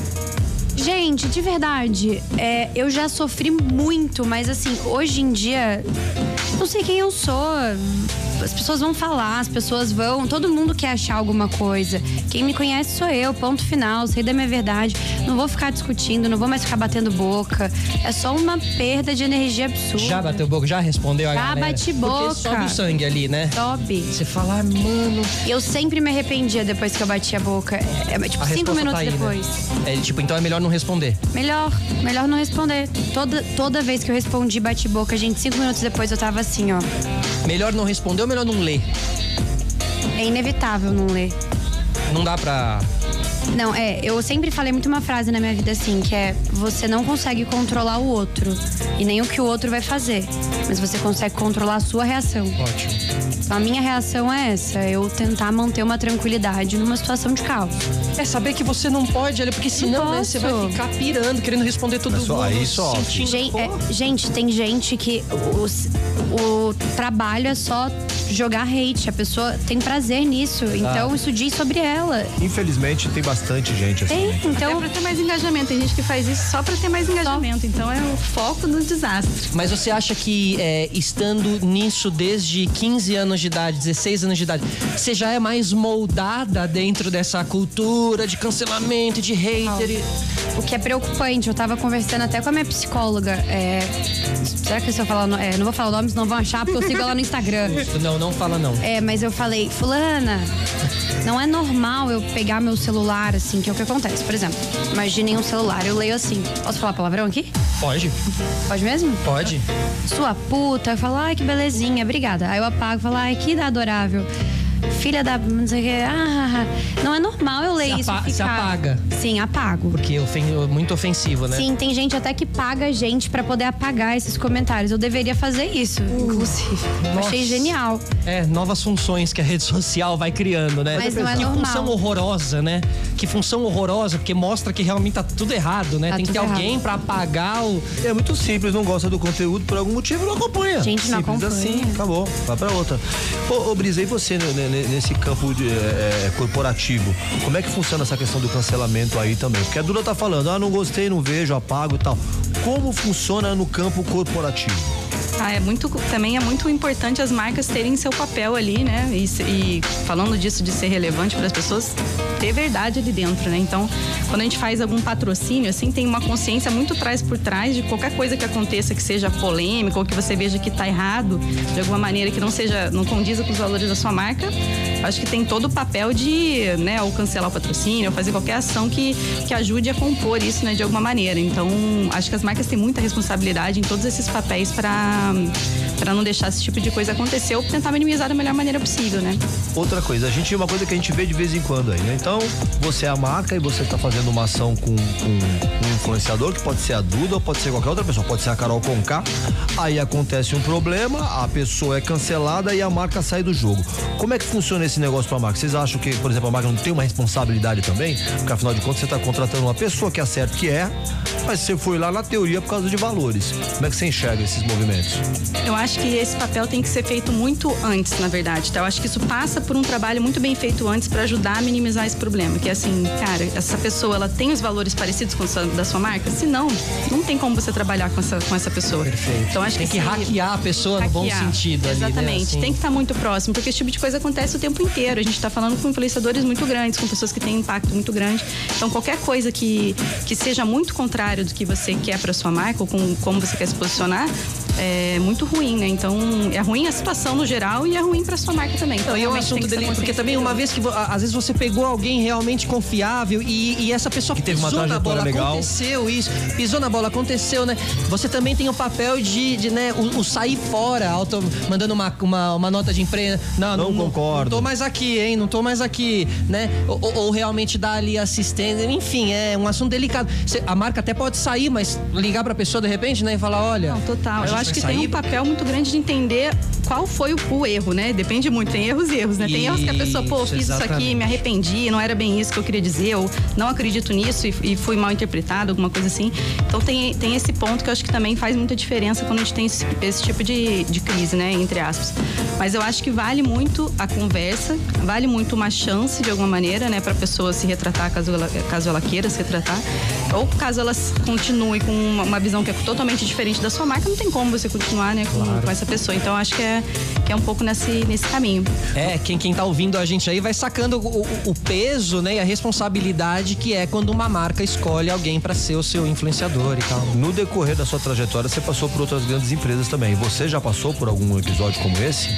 Gente, de verdade, é, eu já sofri muito, mas assim, hoje em dia, não sei quem eu sou. As pessoas vão falar, as pessoas vão. Todo mundo quer achar alguma coisa. Quem me conhece sou eu, ponto final, sei da minha verdade. Não vou ficar discutindo, não vou mais ficar batendo boca. É só uma perda de energia absurda. Já bateu boca, já respondeu a Já galera. bati boca. Porque sobe o sangue ali, né? Sobe. Você fala, ah, mano, E eu sempre me arrependia depois que eu bati a boca. É, é, tipo, a resposta cinco minutos tá aí, né? depois. É, tipo, então é melhor não responder. Melhor, melhor não responder. Toda, toda vez que eu respondi bate-boca, gente, cinco minutos depois eu tava assim, ó. Melhor não responder ou melhor não ler? É inevitável não ler. Não dá pra. Não, é, eu sempre falei muito uma frase na minha vida assim, que é você não consegue controlar o outro e nem o que o outro vai fazer, mas você consegue controlar a sua reação. Ótimo. Então a minha reação é essa, eu tentar manter uma tranquilidade numa situação de caos. É saber que você não pode ali, porque senão, né, posso. você vai ficar pirando, querendo responder todo Mas só mundo. aí sofre. sentindo- Gen- Pô, é, gente, tem gente que os- o, trabalho é só jogar hate. A pessoa tem prazer nisso. Então isso diz sobre ela. Infelizmente, tem bastante gente assim. Tem, né? então. Então, pra ter mais engajamento. Tem gente que faz isso só pra ter mais engajamento. Então é o foco do desastre. Mas você acha que é, estando nisso desde 15 anos de idade, 16 anos de idade, você já é mais moldada dentro dessa cultura de cancelamento, de hater? e- O que é preocupante, eu tava conversando até com a minha psicóloga. é, será que se eu falar. o no- é, não vou falar o nome, senão vão achar, porque eu sigo ela no Instagram. Não, não fala não. É, mas eu falei, Fulana, não é normal eu pegar meu celular assim, que é o que acontece. Por exemplo, imaginem um celular, eu leio assim. Posso falar palavrão aqui? Pode, Pode mesmo? pode. Sua puta. Eu falo, ai que belezinha, obrigada. Aí eu apago e falo, ai que adorável. Filha da. não sei o quê. Ah, não é normal eu ler Se isso. e apa- se ficar- apaga. Sim, apago. Porque ofen muito ofensivo, né? Sim, tem gente até que paga a gente pra poder apagar esses comentários. Eu deveria fazer isso, inclusive. Eu Nossa. Achei genial. É, novas funções que a rede *laughs* social vai criando, né? Mas não é que normal. função horrorosa, né? Que função horrorosa, porque mostra que realmente tá tudo errado, né? Tá Tem que ter tudo alguém pra apagar o. É muito simples, não gosta do conteúdo por algum motivo, não acompanha. Gente, não simples acompanha. assim, acabou. Vai pra outra. Ô, ô Brisa, e você né, né, nesse campo de, é, é, corporativo? Como é que funciona essa questão do cancelamento aí também? Porque a Duda tá falando, ah, não gostei, não vejo, apago e tal. Como funciona no campo corporativo? Ah, é muito, também é muito importante as marcas terem seu papel ali, né? E, se- e falando disso de ser relevante para as pessoas, ter verdade ali dentro, né? Então, quando a gente faz algum patrocínio, assim, tem uma consciência muito atrás por trás de qualquer coisa que aconteça que seja polêmica ou que você veja que tá errado, de alguma maneira que não seja, não condiza com os valores da sua marca. Acho que tem todo o papel de, né, ou cancelar o patrocínio, ou fazer qualquer ação que, que ajude a compor isso, né, de alguma maneira. Então, acho que as marcas têm muita responsabilidade em todos esses papéis para para não deixar esse tipo de coisa acontecer ou tentar minimizar da melhor maneira possível, né? Outra coisa, a gente uma coisa que a gente vê de vez em quando aí, né? Então, você é a marca e você tá fazendo uma ação com, com um influenciador, que pode ser a Duda, ou pode ser qualquer outra pessoa, pode ser a Carol Conká. Aí acontece um problema, a pessoa é cancelada e a marca sai do jogo. Como é que funciona esse negócio pra marca? Vocês acham que, por exemplo, a marca não tem uma responsabilidade também? Porque afinal de contas, você tá contratando uma pessoa que acerta que é, mas você foi lá na teoria por causa de valores. Como é que você enxerga esses movimentos? Eu acho que esse papel tem que ser feito muito antes, na verdade. Tá? Eu acho que isso passa por um trabalho muito bem feito antes para ajudar a minimizar esse problema. Que é assim, cara, essa pessoa ela tem os valores parecidos com os da sua marca? Se não, não tem como você trabalhar com essa, com essa pessoa. Perfeito. Então acho Tem que se- hackear a pessoa no bom Hackear. sentido ali, né? Exatamente. Assim. Tem que estar muito próximo, porque esse tipo de coisa acontece o tempo inteiro. A gente está falando com influenciadores muito grandes, com pessoas que têm impacto muito grande. Então, qualquer coisa que, que seja muito contrário do que você quer para sua marca ou com, como você quer se posicionar, é muito ruim, né? Então, é ruim a situação no geral e é ruim para sua marca também. Então, Não, e é um realmente tem assunto que ter dele, porque consciência também uma disso. vez que vo- a- às vezes você pegou alguém realmente confiável e, e essa pessoa que teve uma pisou na trajetória bola, legal. aconteceu isso, pisou na bola, aconteceu, né? Você também tem o papel de, de, né, o, o sair fora, auto- mandando uma, uma, uma nota de imprensa. Não, Não concordo. Não tô mais aqui, hein? Não tô mais aqui, né? Ou, ou- ou realmente dar ali assistência. Enfim, é um assunto delicado. Cê- a marca até pode sair, mas ligar pra pessoa de repente, né? E falar, olha... Não, total. a Eu gente acho vai que tem sair um papel muito grande de entender qual foi o, o erro, né? Depende muito. Tem erros e erros, né? Tem erros que a pessoa, pô, Isso, fiz isso aqui, exatamente. me arrependi, não era bem isso que eu queria dizer, ou não acredito nisso e, e fui mal interpretado, alguma coisa assim. Então tem, tem esse ponto que eu acho que também faz muita diferença quando a gente tem esse, esse tipo de, de crise, né? Entre aspas. Mas eu acho que vale muito a conversa, vale muito uma chance, de alguma maneira, né? Pra pessoa se retratar caso ela, caso ela queira se retratar. Ou caso ela s- continue com uma, uma visão que é totalmente diferente da sua marca, não tem como você continuar, né? Com, com essa pessoa. Então eu acho que é, que é um pouco nesse, nesse caminho. É, quem, quem tá ouvindo a gente aí vai sacando o, o- o peso, né, e a responsabilidade que é quando uma marca escolhe alguém pra ser o seu influenciador e tal. No decorrer da sua trajetória, você passou por outras grandes empresas também. Você já passou por algum episódio como esse?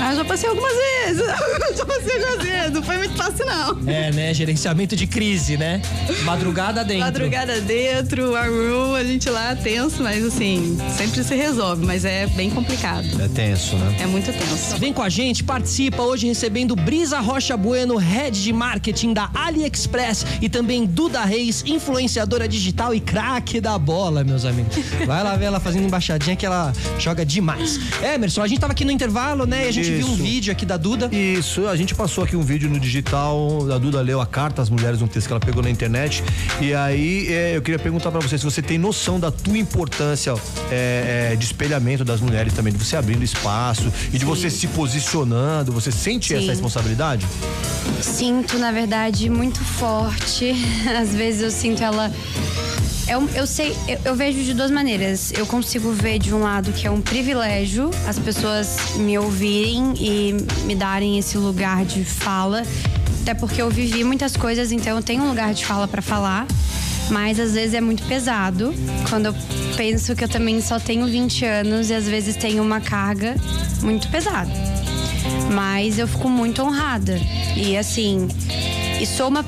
Ah, eu já passei algumas vezes. *laughs* já passei algumas vezes. Não foi muito fácil, não. É, né, gerenciamento de crise, né? Madrugada dentro. Madrugada dentro, a room, a gente lá tenso, mas assim, sempre se resolve, mas é bem complicado. É tenso, né? É muito tenso. Vem com a gente, participa hoje recebendo Brisa Rocha Bueno, head de marketing da AliExpress e também Duda Reis, influenciadora digital e craque da bola, meus amigos. Vai lá ver ela fazendo embaixadinha que ela joga demais. Emerson, a gente tava aqui no intervalo, né, e a gente viu um Isso. vídeo aqui da Duda. Isso, a gente passou aqui um vídeo no digital, a Duda leu a carta, as mulheres um texto que ela pegou na internet, e aí aí é, eu queria perguntar pra você se você tem noção da tua importância é, é, de espelhamento das mulheres também, de você abrindo espaço e de você se posicionando. Você sente essa Sim. responsabilidade? Sinto, na verdade, muito forte. *laughs* Às vezes eu sinto ela. Eu, eu sei, eu, eu vejo de duas maneiras. Eu consigo ver de um lado que é um privilégio as pessoas me ouvirem e me darem esse lugar de fala. Até porque eu vivi muitas coisas, então eu tenho um lugar de fala pra falar. Mas às vezes é muito pesado. Quando eu penso que eu também só tenho 20 anos e às vezes tenho uma carga muito pesada. Mas eu fico muito honrada. E assim, e sou uma.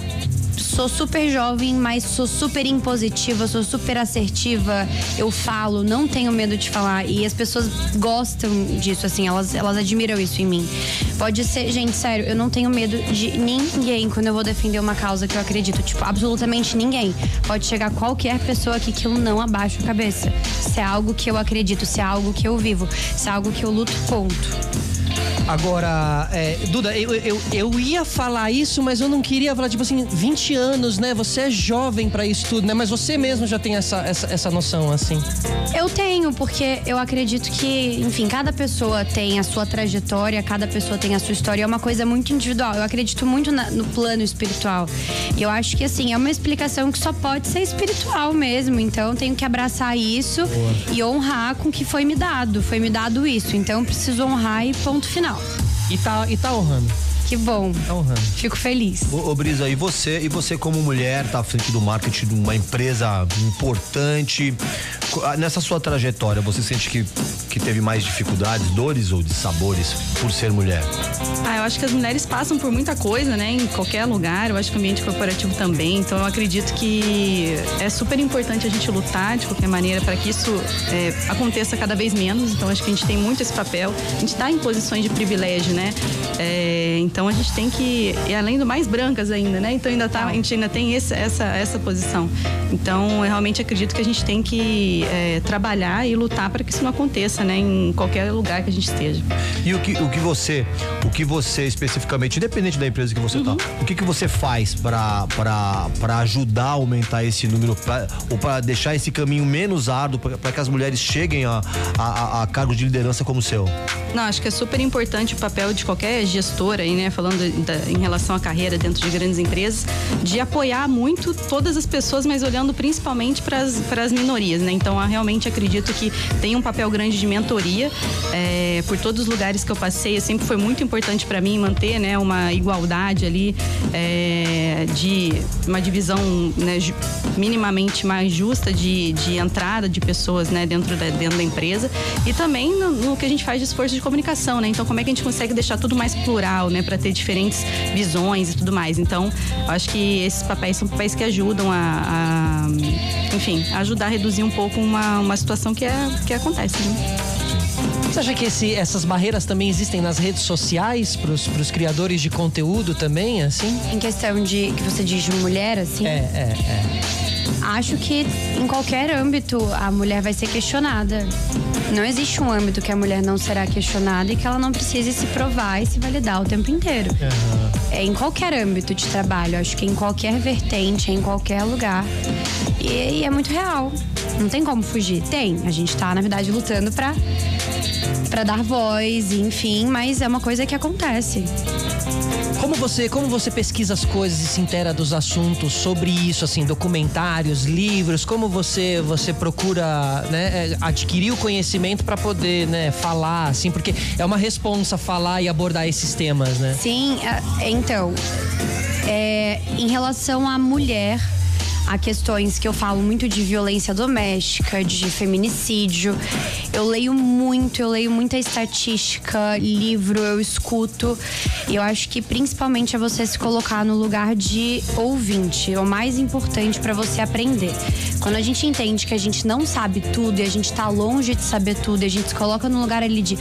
Sou super jovem, mas sou super impositiva, sou super assertiva. Eu falo, não tenho medo de falar. E as pessoas gostam disso, assim, elas, elas admiram isso em mim. Pode ser, gente, sério, eu não tenho medo de ninguém quando eu vou defender uma causa que eu acredito. Tipo, absolutamente ninguém. Pode chegar qualquer pessoa aqui que eu não abaixo a cabeça. Se é algo que eu acredito, se é algo que eu vivo, se é algo que eu luto, ponto. Agora, é, Duda, eu, eu, eu ia falar isso, mas eu não queria falar, tipo assim, 20 anos, né? Você é jovem pra isso tudo, né? Mas você mesmo já tem essa, essa, essa noção, assim. Eu tenho, porque eu acredito que, enfim, cada pessoa tem a sua trajetória, cada pessoa tem a sua história. É uma coisa muito individual. Eu acredito muito na- no plano espiritual. E eu acho que, assim, é uma explicação que só pode ser espiritual mesmo. Então, eu tenho que abraçar isso e honrar com o que foi me dado. Foi me dado isso. Então, eu preciso honrar e ponto final. E tá, e tá honrando. Que bom. Então, Tá honrando. Fico feliz. Ô, ô, Brisa, e você, e você como mulher tá à frente do marketing de uma empresa importante, co- ah, nessa sua trajetória, você sente que, que teve mais dificuldades, dores ou dissabores por ser mulher? Ah, eu acho que as mulheres passam por muita coisa, né? Em qualquer lugar. Eu acho que o ambiente corporativo também. Então eu acredito que é super importante a gente lutar de qualquer maneira para que isso é, aconteça cada vez menos. Então acho que a gente tem muito esse papel. A gente está em posições de privilégio, né? É, então a gente tem que e além do mais brancas ainda, né? Então ainda tá, a gente ainda tem esse- essa essa posição. Então eu realmente acredito que a gente tem que é, trabalhar e lutar para que isso não aconteça, né? Em qualquer lugar que a gente esteja. E o que, o que você, o que você especificamente, independente da empresa que você tá, o que, que você faz pra pra- pra ajudar a aumentar esse número pra- ou pra deixar esse caminho menos árduo pra pra que as mulheres cheguem a, a, a- a cargos de liderança como o seu? Não, acho que é super importante o papel de qualquer gestora aí, né? Falando da- em relação à carreira dentro de grandes empresas, de apoiar muito todas as pessoas, mas olhando principalmente para as minorias, né? Então, eu realmente acredito que tem um papel grande de mentoria é, por todos os lugares que eu passei. Sempre foi muito importante para mim manter, né, uma igualdade ali é, de uma divisão né, ju- minimamente mais justa de, de entrada de pessoas, né, dentro da, dentro da empresa e também no, no que a gente faz de esforço de comunicação, né? Então, como é que a gente consegue deixar tudo mais plural, né? Para ter diferentes visões e tudo mais. Então, eu acho que esses papéis são papéis que ajudam a, a, enfim, ajudar a reduzir um pouco uma, uma situação que, é, que acontece, né? Você acha que esse- essas barreiras também existem nas redes sociais, pros, pros criadores de conteúdo também, assim? Em questão de que você diz de mulher, assim. É, é, é. Acho que em qualquer âmbito a mulher vai ser questionada. Não existe um âmbito que a mulher não será questionada e que ela não precise se provar e se validar o tempo inteiro. É em qualquer âmbito de trabalho, acho que em qualquer vertente, em qualquer lugar. E, e é muito real. Não tem como fugir. Tem. A gente tá, na verdade, lutando pra, pra dar voz, enfim, mas é uma coisa que acontece. Como você, como você pesquisa as coisas e se intera dos assuntos sobre isso, assim, documentários, livros? Como você você procura né, é, adquirir o conhecimento para poder né, falar, assim? Porque é uma responsa falar e abordar esses temas, né? Sim, a- então, é, em relação à mulher, há questões que eu falo muito de violência doméstica, de feminicídio. Eu leio muito, eu leio muita estatística, livro, eu escuto. E eu acho que principalmente é você se colocar no lugar de ouvinte, é o mais importante para você aprender. Quando a gente entende que a gente não sabe tudo e a gente tá longe de saber tudo, e a gente se coloca no lugar ali de: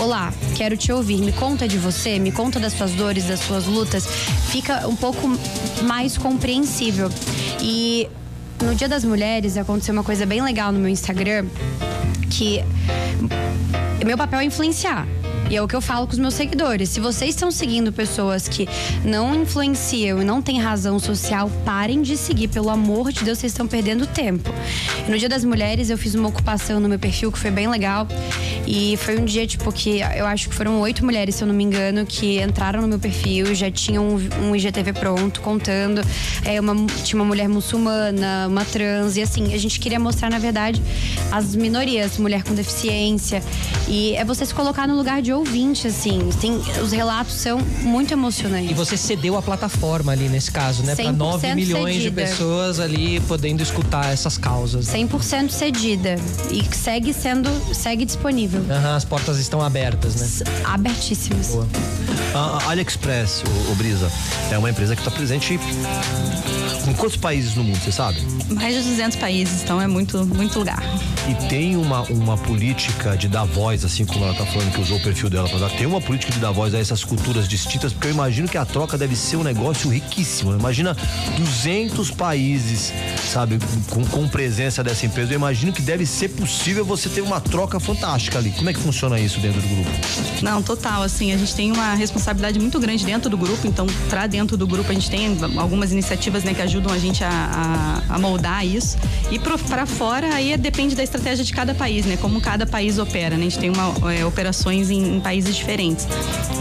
Olá, quero te ouvir, me conta de você, me conta das suas dores, das suas lutas, fica um pouco mais compreensível. E no Dia das Mulheres aconteceu uma coisa bem legal no meu Instagram que meu papel é influenciar. E é o que eu falo com os meus seguidores. Se vocês estão seguindo pessoas que não influenciam e não têm razão social, parem de seguir. Pelo amor de Deus, vocês estão perdendo tempo. E no Dia das Mulheres, eu fiz uma ocupação no meu perfil que foi bem legal. E foi um dia, tipo, que eu acho que foram oito mulheres, se eu não me engano, que entraram no meu perfil, já tinham um, um IGTV pronto, contando. É, uma, tinha uma mulher muçulmana, uma trans, e assim, a gente queria mostrar, na verdade, as minorias, mulher com deficiência. E é você se colocar no lugar de ouvinte, assim. Tem, os relatos são muito emocionantes. E você cedeu a plataforma ali nesse caso, né? Para 100% 9 milhões cedida. de pessoas ali podendo escutar essas causas. 100% cedida. E que segue sendo, segue disponível. Aham, as portas estão abertas, né? Abertíssimas. A a Ah, AliExpress, o, Brisa, é uma empresa que está presente em quantos países no mundo, você sabe? Mais de 200 países, então é muito, muito lugar. E tem uma, uma política de dar voz, assim como ela tá falando que usou o perfil dela pra dar. Tem uma política de dar voz a essas culturas distintas, porque eu imagino que a troca deve ser um negócio riquíssimo. Imagina 200 países, sabe, com, com presença dessa empresa. Eu imagino que deve ser possível você ter uma troca fantástica ali. Como é que funciona isso dentro do grupo? Não, total. Assim, a gente tem uma responsabilidade muito grande dentro do grupo, então, para dentro do grupo, a gente tem algumas iniciativas né, que ajudam a gente a, a- a moldar isso. E para fora, aí é- depende da estratégia de cada país, né? Como cada país opera, né? A gente tem uma, é, operações em, em países diferentes.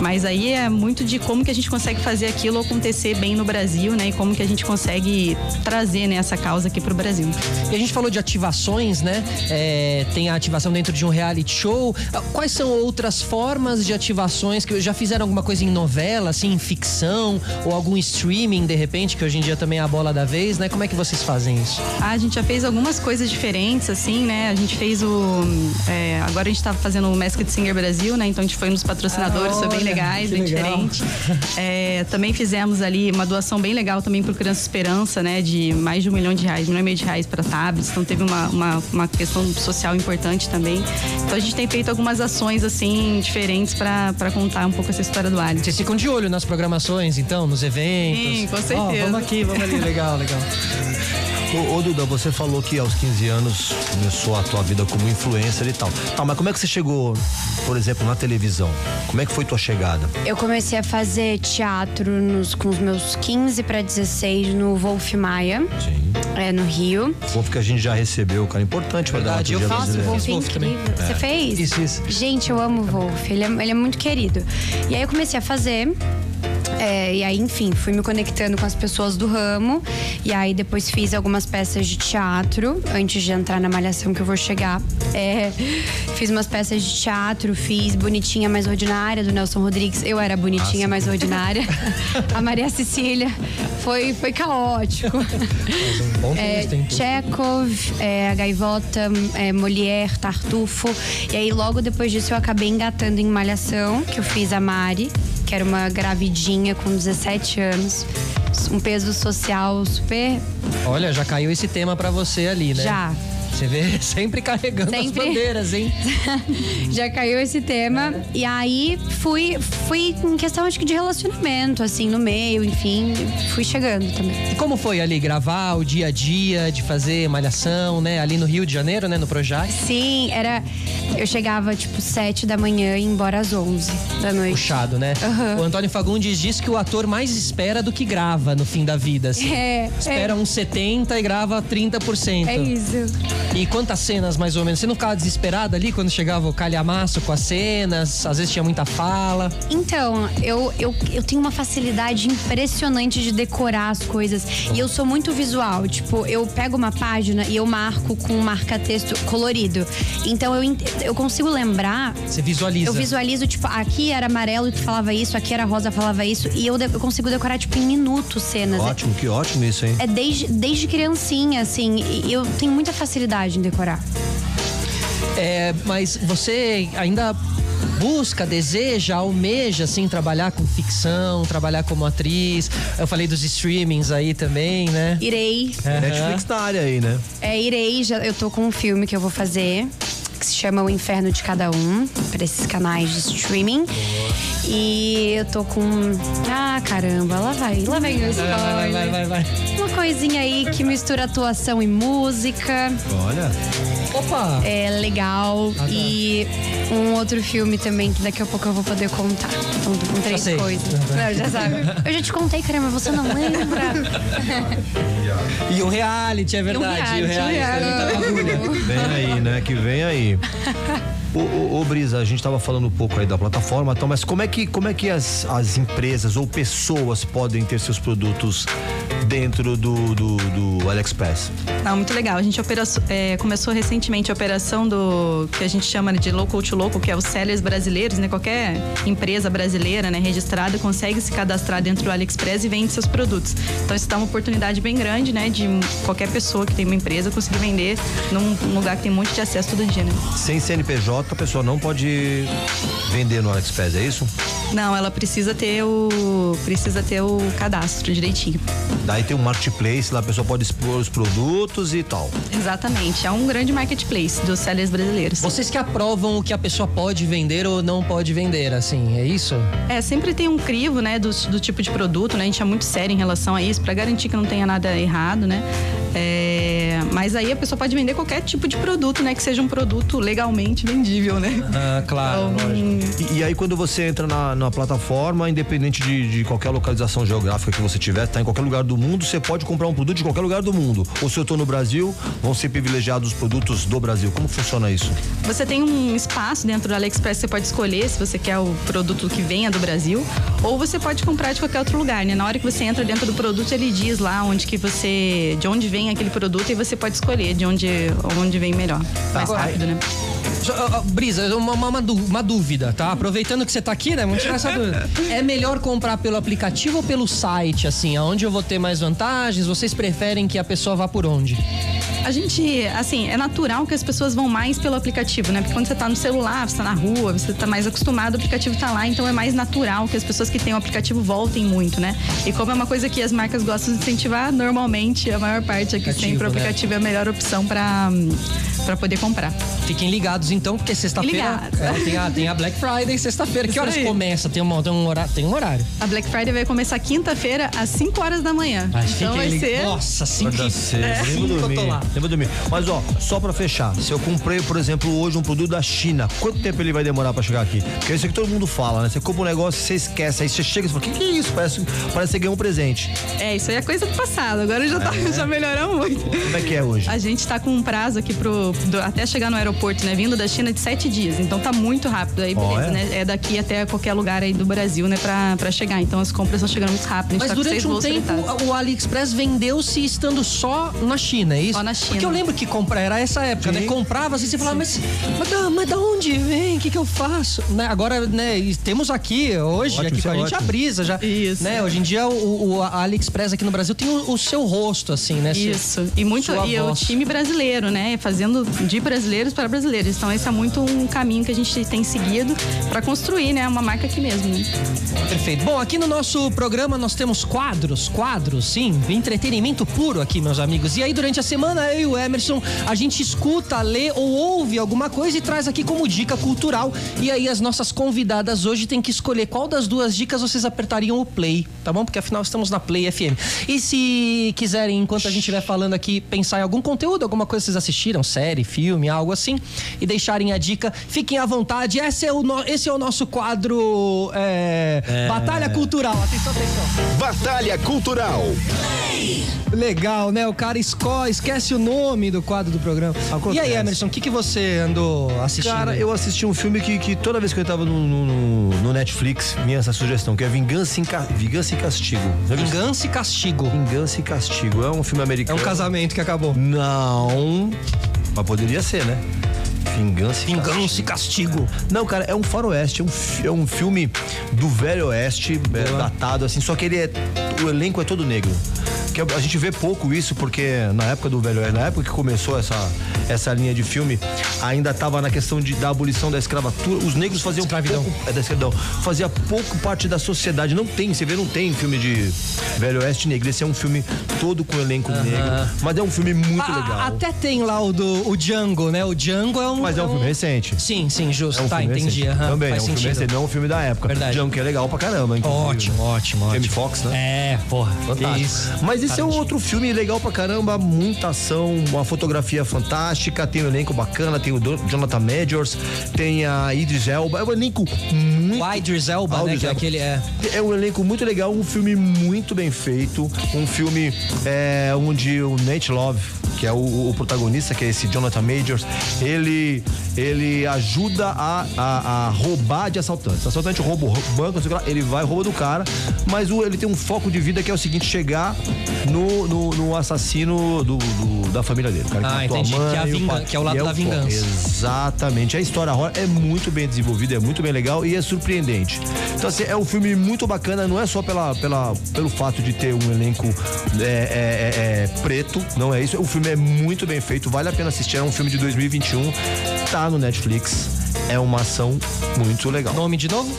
Mas aí é muito de como que a gente consegue fazer aquilo acontecer bem no Brasil, né? E como que a gente consegue trazer né, essa causa aqui para o Brasil. E a gente falou de ativações, né? É, tem a ativação dentro de um reality show. Ah, Quais são outras formas de ativações que já fizeram alguma coisa em novela, assim, em ficção, ou algum streaming, de repente, que hoje em dia também é a bola da vez, né? Como é que vocês fazem isso? Ah, a gente já fez algumas coisas diferentes, assim, né? A gente fez o. é, agora a gente tá fazendo o Masked Singer Brasil, né? Então a gente foi nos patrocinadores, foi bem olha, legais, que bem legal. diferente. É, também fizemos ali uma doação bem legal também pro Criança Esperança, né? De mais de um milhão de reais, um milhão e meio de reais para tablets. Então teve uma, uma, uma questão social importante também. Então a gente tem feito algumas ações, assim, diferentes para contar um pouco essa história do Alien. Vocês ficam de olho nas programações, então, nos eventos? Sim, com certeza. Ó, vamos aqui, vamos ali. Legal, legal. Ô, ô, Duda, você falou que aos 15 anos começou a tua vida como influencer e tal. Tá, mas como é que você chegou, por exemplo, na televisão? Como é que foi tua chegada? Eu comecei a fazer teatro nos, com os meus 15 para 16 no Wolf Maia, Sim. é, no Rio. Bom, porque a gente já recebeu, cara, importante pra Verdade, eu faço dramaturgia brasileira. Fiz Wolf é Wolf também. incrível. Você fez? Isso, isso. Gente, eu amo o Wolf. Ele é, ele é muito querido. E aí eu comecei a fazer. é, e aí, enfim, fui me conectando com as pessoas do ramo. E aí depois fiz algumas peças de teatro antes de entrar na malhação que eu vou chegar. É, fiz umas peças de teatro, fiz Bonitinha Mais Ordinária, do Nelson Rodrigues. Eu era Ah, bonitinha, mais *laughs* ordinária. A Maria Cecília foi, foi caótico. Bom É, Chekhov, é, a Gaivota, é, Molière, Tartufo. E aí, logo depois disso, eu acabei engatando em Malhação, que eu fiz a Mari, que era uma gravidinha com 17 anos. Um peso social super. Olha, já caiu esse tema pra você ali, né? Já. *laughs* Você vê, *laughs* sempre carregando as Sempre. bandeiras, hein? Já caiu esse tema. E aí, fui, fui em questão, acho que, de relacionamento, assim, no meio, enfim. Fui chegando também. E como foi ali gravar o dia a dia, de fazer malhação, né? Ali no Rio de Janeiro, né? No Projac. Sim, era. Eu chegava, tipo, 7 da manhã e ia embora às 11 da noite. Puxado, né? O Antônio Fagundes diz que o ator mais espera do que grava no fim da vida. assim. É, Espera uns 70 e grava 30%. é isso. E quantas cenas, mais ou menos? Você não ficava desesperada ali quando chegava o calhamaço com as cenas? Às vezes tinha muita fala. Então, eu, eu, eu tenho uma facilidade impressionante de decorar as coisas. E eu sou muito visual. Tipo, eu pego uma página e eu marco com um marca-texto colorido. Então, eu, ent- eu consigo lembrar. Você visualiza. Eu visualizo, tipo, aqui era amarelo e tu falava isso, aqui era rosa, falava isso. E eu, de- eu consigo decorar, tipo, em minutos cenas. É- Ótimo, que ótimo isso, hein? É desde, desde criancinha, assim. E eu tenho muita facilidade em decorar. É, mas você ainda busca, deseja, almeja, assim, trabalhar com ficção, trabalhar como atriz. Eu falei dos streamings aí também, né? Irei Netflix na área aí, né? É, irei, já, eu tô com um filme que eu vou fazer, que se chama O Inferno de Cada Um, pra esses canais de streaming. E eu tô com. Ah, caramba, lá vai, lá vem o spoiler. Vai, vai, vai, vai, vai. Uma coisinha aí que mistura atuação e música. Olha. Opa! É legal. E um outro filme também que daqui a pouco eu vou poder contar. Então, com três sei. Uhum. coisas. Não, já sabe. Eu já te contei, caramba, você não lembra. E um reality, é verdade. E um reality, também tá na agulha. Vem aí, né? Que vem aí. Ô, ô, ô, Brisa, a gente tava falando um pouco aí da plataforma e tal, mas como é que, como é que as, as empresas ou pessoas podem ter seus produtos dentro do, do, do AliExpress? Não, muito legal. A gente opera- é, começou recentemente a operação do que a gente chama de local to local, que é os sellers brasileiros, né? Qualquer empresa brasileira, né, registrada, consegue se cadastrar dentro do AliExpress e vende seus produtos. Então isso dá uma oportunidade bem grande, né, de qualquer pessoa que tem uma empresa conseguir vender num lugar que tem um monte de acesso todo dia, né? Sem CNPJ, a pessoa não pode vender no AliExpress, é isso? Não, ela precisa ter o precisa ter o cadastro direitinho. Daí tem um marketplace, lá a pessoa pode expor os produtos e tal. Exatamente. É um grande marketplace dos sellers brasileiros. Vocês que aprovam o que a pessoa pode vender ou não pode vender, assim, é isso? É, sempre tem um crivo, né, do, do tipo de produto, né? A gente é muito sério em relação a isso, pra garantir que não tenha nada errado, né? É, mas aí a pessoa pode vender qualquer tipo de produto, né? Que seja um produto legalmente vendível, né? Ah, Então, claro. E, e aí quando você entra na, na plataforma, independente de, de qualquer localização geográfica que você tiver, tá em qualquer lugar do mundo, você pode comprar um produto de qualquer lugar do mundo. Ou se eu tô no Brasil, vão ser privilegiados os produtos do Brasil. Como funciona isso? Você tem um espaço dentro do AliExpress, você pode escolher se você quer o produto que venha do Brasil, ou você pode comprar de qualquer outro lugar, né? Na hora que você entra dentro do produto, ele diz lá onde que você, de onde vem aquele produto e você pode escolher de onde, onde vem melhor, mais rápido, né? Só, ó, ó, Brisa, uma, uma- uma dú- uma dúvida, tá? Aproveitando que você tá aqui, né? Vamos tirar essa dúvida. *laughs* É melhor comprar pelo aplicativo ou pelo site, assim? Aonde eu vou ter mais vantagens? Vocês preferem que a pessoa vá por onde? A gente, assim, é natural que as pessoas vão mais pelo aplicativo, né? Porque quando você tá no celular, você tá na rua, você tá mais acostumado, o aplicativo tá lá, então é mais natural que as pessoas que têm o aplicativo voltem muito, né? E como é uma coisa que as marcas gostam de incentivar, normalmente a maior parte aqui Aplicativo, sempre o né? aplicativo é a melhor opção pra para poder comprar. Fiquem ligados então, porque sexta-feira Ligados. é, tem, a, tem a Black Friday sexta-feira. Que Isso horas aí. começa? Tem, uma, tem um horário? Tem um horário. A Black Friday vai começar quinta-feira às 5 horas da manhã. Mas então fiquem vai lig- ser Nossa, cinco Acorda cedo, lembra Cinco eu tô dormir, lá. lembra dormir. Mas ó, só pra fechar, se eu comprei, por exemplo, hoje um produto da China, quanto tempo ele vai demorar pra chegar aqui? Porque isso é que todo mundo fala, né? Você compra um negócio, você esquece, aí você chega e fala, que que é isso? Parece, parece que você ganhou um presente. É, isso aí é coisa do passado. Agora já tá É. já melhorou muito. Como é que é hoje? A gente tá com um prazo aqui pro, do- até chegar no aeroporto, né? Vindo da China de sete dias. Então tá muito rápido aí, beleza, Olha. né? É daqui até qualquer lugar aí do Brasil, né? Pra, pra chegar. Então as compras estão chegando muito rápido. A gente Mas tá com seis durante um voos tempo, fretados. o AliExpress vendeu-se estando só na China, é isso? Só na China. Porque eu lembro que compra, era essa época, né? Comprava assim, você falava, mas, mas, da, mas da onde vem? O que, que eu faço? Né? Agora, né, e temos aqui, hoje, Ótimo, aqui isso com é a gente, a ótimo. brisa já. Isso. Né? Hoje em dia, o, o AliExpress aqui no Brasil tem o, o seu rosto, assim, né? Se- Isso. E muito sua e é o voz. time brasileiro, né? Fazendo de brasileiros para brasileiros. Então esse é muito um caminho que a gente tem seguido pra construir, né? Uma marca aqui mesmo. né? Perfeito. Bom, aqui no nosso programa nós temos quadros, quadros, sim, entretenimento puro aqui, meus amigos. E aí, durante a semana, eu e o Emerson, a gente escuta, lê ou ouve alguma coisa e traz aqui como dica cultural. E aí, as nossas convidadas hoje têm que escolher qual das duas dicas vocês apertariam o play, tá bom? Porque afinal estamos na Play FM. E se quiserem, enquanto a gente estiver falando aqui, pensar em algum conteúdo, alguma coisa que vocês assistiram, série, filme, algo assim, e deixarem a dica, fiquem à vontade. Esse é o, no- esse é o nosso quadro é, Batalha Cultural. Atenção, atenção. Batalha Cultural. Legal, né? O cara esco- esquece o nome do quadro do programa. E aí, Emerson, o que, que você andou assistindo? Cara, aí? eu assisti um filme que, que toda vez que eu tava no, no- no- no Netflix, vinha essa sugestão, que é Vingança, em Ca- Vingança e Castigo. Já viu? Vingança e Castigo. Vingança e Castigo. É um filme É americano. um casamento que acabou. Não. Mas poderia ser, né? Vingança e Castigo. Vingança e Castigo. Não, cara, é um faroeste, é um, fi- é um filme do velho oeste, é, datado assim, só que ele é o elenco é todo negro. Que a gente vê pouco isso porque na época do velho oeste, na época que começou essa, essa linha de filme, ainda tava na questão de, da abolição da escravatura, os negros faziam Escravidão. pouco- é da escravidão, fazia pouco parte da sociedade, não tem, você vê, não tem filme de velho oeste negro, esse é um filme todo com elenco negro, mas é um filme muito Ah, legal. Até tem lá o do o Django, né? O Django é um. Mas é um filme recente. Sim, sim, justo. É um tá, filme entendi. recente. aham, Também, faz é um filme sentido. recente, não é um filme da época. Verdade. Django que é legal pra caramba, inclusive. Ótimo, ótimo, ótimo. Jamie Foxx, né? É, porra. que Fantástico. isso. Mas Mas esse é outro filme legal pra caramba, muita ação, uma fotografia fantástica, tem um elenco bacana, tem o Don- Jonathan Majors, tem a Idris Elba, é um elenco muito... O Idris Elba, Ah, o né? Idris Que é Elba. aquele é. É um elenco muito legal, um filme muito bem feito, um filme é, onde o Nate Love, que é o, o protagonista, que é esse Jonathan Majors, ele, ele ajuda a, a, a roubar de assaltantes. Assaltante rouba o banco, não sei o que lá, ele vai e rouba do cara, mas o- ele tem um foco de vida que é o seguinte, chegar no, no, no assassino do, do- da família dele. o cara que Ah, matou entendi, que é a e o vingan- pai. que é o lado E da foco. vingança. Exatamente. A história horror é muito bem desenvolvida, é muito bem legal e é surpreendente. Então, assim, é um filme muito bacana, não é só pela, pela, pelo fato de ter um elenco é, é, é, é, preto, não é isso. O filme é muito bem feito, vale a pena assistir. É um filme de 2021, tá no Netflix. É uma ação muito legal. Nome de novo?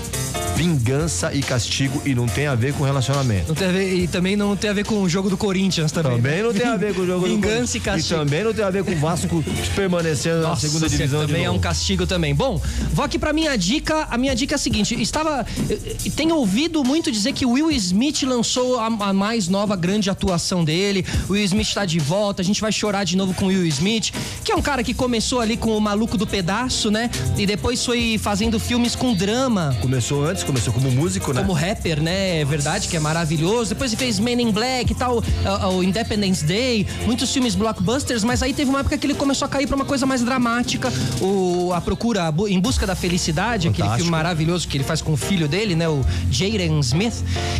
Vingança e castigo e não tem a ver com relacionamento. Não tem a ver, e também não tem a ver com o jogo do Corinthians também. né? Também não tem a ver com o jogo do- Vingança e castigo. E também não tem a ver com o Vasco permanecendo na Nossa, segunda você divisão de também é novo. um castigo também. Bom, vou aqui pra minha dica. A minha dica é a seguinte: estava. eh, eh, Tenho ouvido muito dizer que Will Smith lançou a, a mais nova grande atuação dele. Will Smith tá de volta, a gente vai chorar de novo com Will Smith, que é um cara que começou ali com o maluco do pedaço, né? E depois foi fazendo filmes com drama. Começou antes, começou como músico, né? Como rapper, né? É verdade que é maravilhoso. Depois ele fez Men in Black e tal, ah, ah, o Independence Day, muitos filmes blockbusters, mas aí teve uma época que ele começou a cair pra uma coisa mais dramática. O A Procura, a Bu- Em Busca da Felicidade, aquele Fantástico. filme maravilhoso que ele faz com o filho dele, né? O Jaden Smith.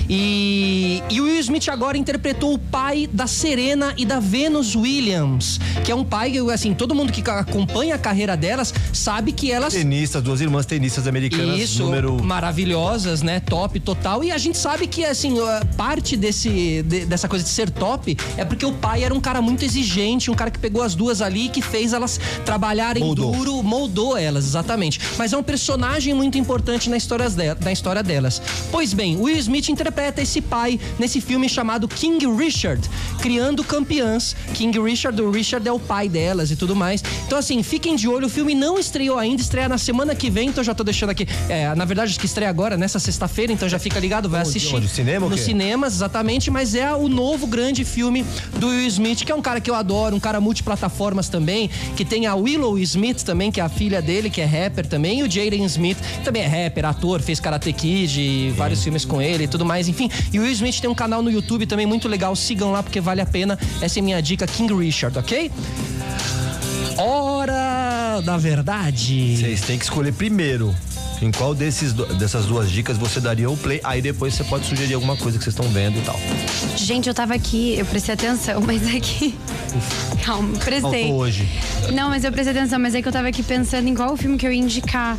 E, e o Will Smith agora interpretou o pai da Serena e da Venus Williams, que é um pai, que, assim, todo mundo que ca- acompanha a carreira delas sabe que elas Tenistas, duas irmãs tenistas americanas, isso, número um. maravilhosas, né? Top total. E a gente sabe que, assim, a parte desse, de- dessa coisa de ser top é porque o pai era um cara muito exigente, um cara que pegou as duas ali, que fez elas trabalharem Moldou. duro, moldou elas, exatamente. Mas é um personagem muito importante na história, de- na história delas. Pois bem, Will Smith interpreta esse pai nesse filme chamado King Richard, criando campeãs. King Richard, o Richard é o pai delas e tudo mais. Então, assim, fiquem de olho, o filme não estreou ainda, estreia na semana que vem, então eu já tô deixando aqui. é, na verdade, acho que estreia agora, nessa sexta-feira, então já fica ligado, vai assistir. onde? Cinema ou No quê? cinemas, exatamente, mas é o novo grande filme do Will Smith, que é um cara que eu adoro, um cara multiplataformas também, que tem a Willow Smith também, que é a filha dele, que é rapper também, e o Jaden Smith, que também é rapper, ator, fez Karate Kid, e vários filmes com ele e tudo mais, enfim. E o Will Smith tem um canal no YouTube também muito legal, sigam lá porque vale a pena. Essa é minha dica, King Richard, ok? Hora da verdade. Vocês têm que escolher primeiro em qual desses, do- dessas duas dicas você daria o play, aí depois você pode sugerir alguma coisa que vocês estão vendo e tal. Gente, eu tava aqui, eu prestei atenção, *laughs* mas aqui. Calma, prestei. Faltou hoje. Não, mas eu prestei atenção, mas é que eu tava aqui pensando em qual filme que eu ia indicar.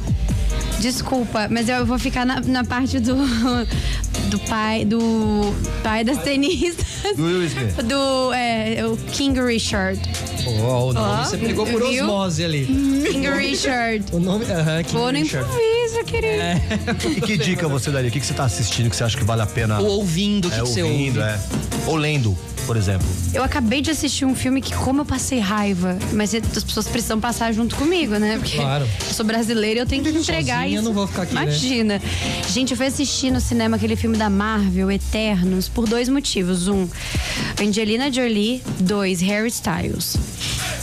Desculpa, mas eu vou ficar na, na parte do. *laughs* Do pai. Do. Pai das tenistas. Do Will Smith. Do. É, o King Richard. Ó, o nome Ó, você pegou por viu? osmose ali. King Richard. O nome. Aham, King Vou no Richard. improviso, querido. E que dica você daria? O que que você tá assistindo que você acha que vale a pena? Ou ouvindo, o que, é, que você ouve? ouvindo, é. Ou lendo, por exemplo. Eu acabei de assistir um filme que, como eu passei raiva, mas as pessoas precisam passar junto comigo, né? Porque Claro. eu sou brasileira e eu tenho que entregar Sozinha isso. eu não vou ficar aqui, né? Imagina. Gente, eu fui assistir no cinema aquele filme da Marvel, Eternos, por dois motivos. Um, Angelina Jolie. Dois, Harry Styles.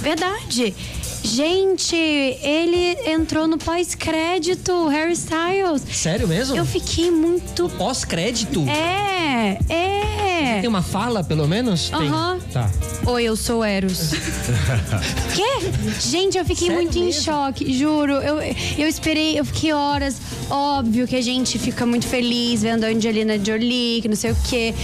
Verdade. Gente, ele entrou no pós-crédito, Harry Styles. Sério mesmo? Eu fiquei muito. Pós-crédito? É, é. Tem uma fala, pelo menos? Tem. Aham. Tá. Oi, eu *laughs* sou Eros. Quê? Gente, eu fiquei Sério muito em mesmo? choque, juro. Eu, eu esperei, eu fiquei horas. Óbvio que a gente fica muito feliz vendo a Angelina Jolie, que não sei o quê.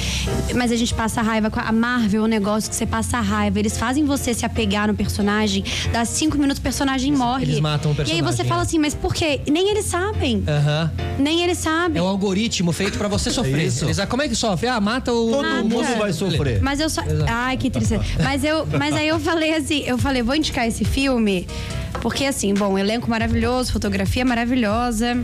Mas a gente passa raiva com a a Marvel, é um negócio que você passa raiva. Eles fazem você se apegar no personagem. Dá cinco minutos, o personagem morre. eles matam o E aí você personagem, fala é. assim, mas por quê? E Nem eles sabem. Aham. Nem eles sabem. É um algoritmo feito pra você sofrer. isso? Eles, ah, como é que sofre? Ah, mata o. Todo Nada. mundo vai É. sofrer. Mas eu só. Ai, que tristeza. Mas, eu, mas aí eu falei assim, eu falei, vou indicar esse filme. Porque assim, bom, elenco maravilhoso, fotografia maravilhosa.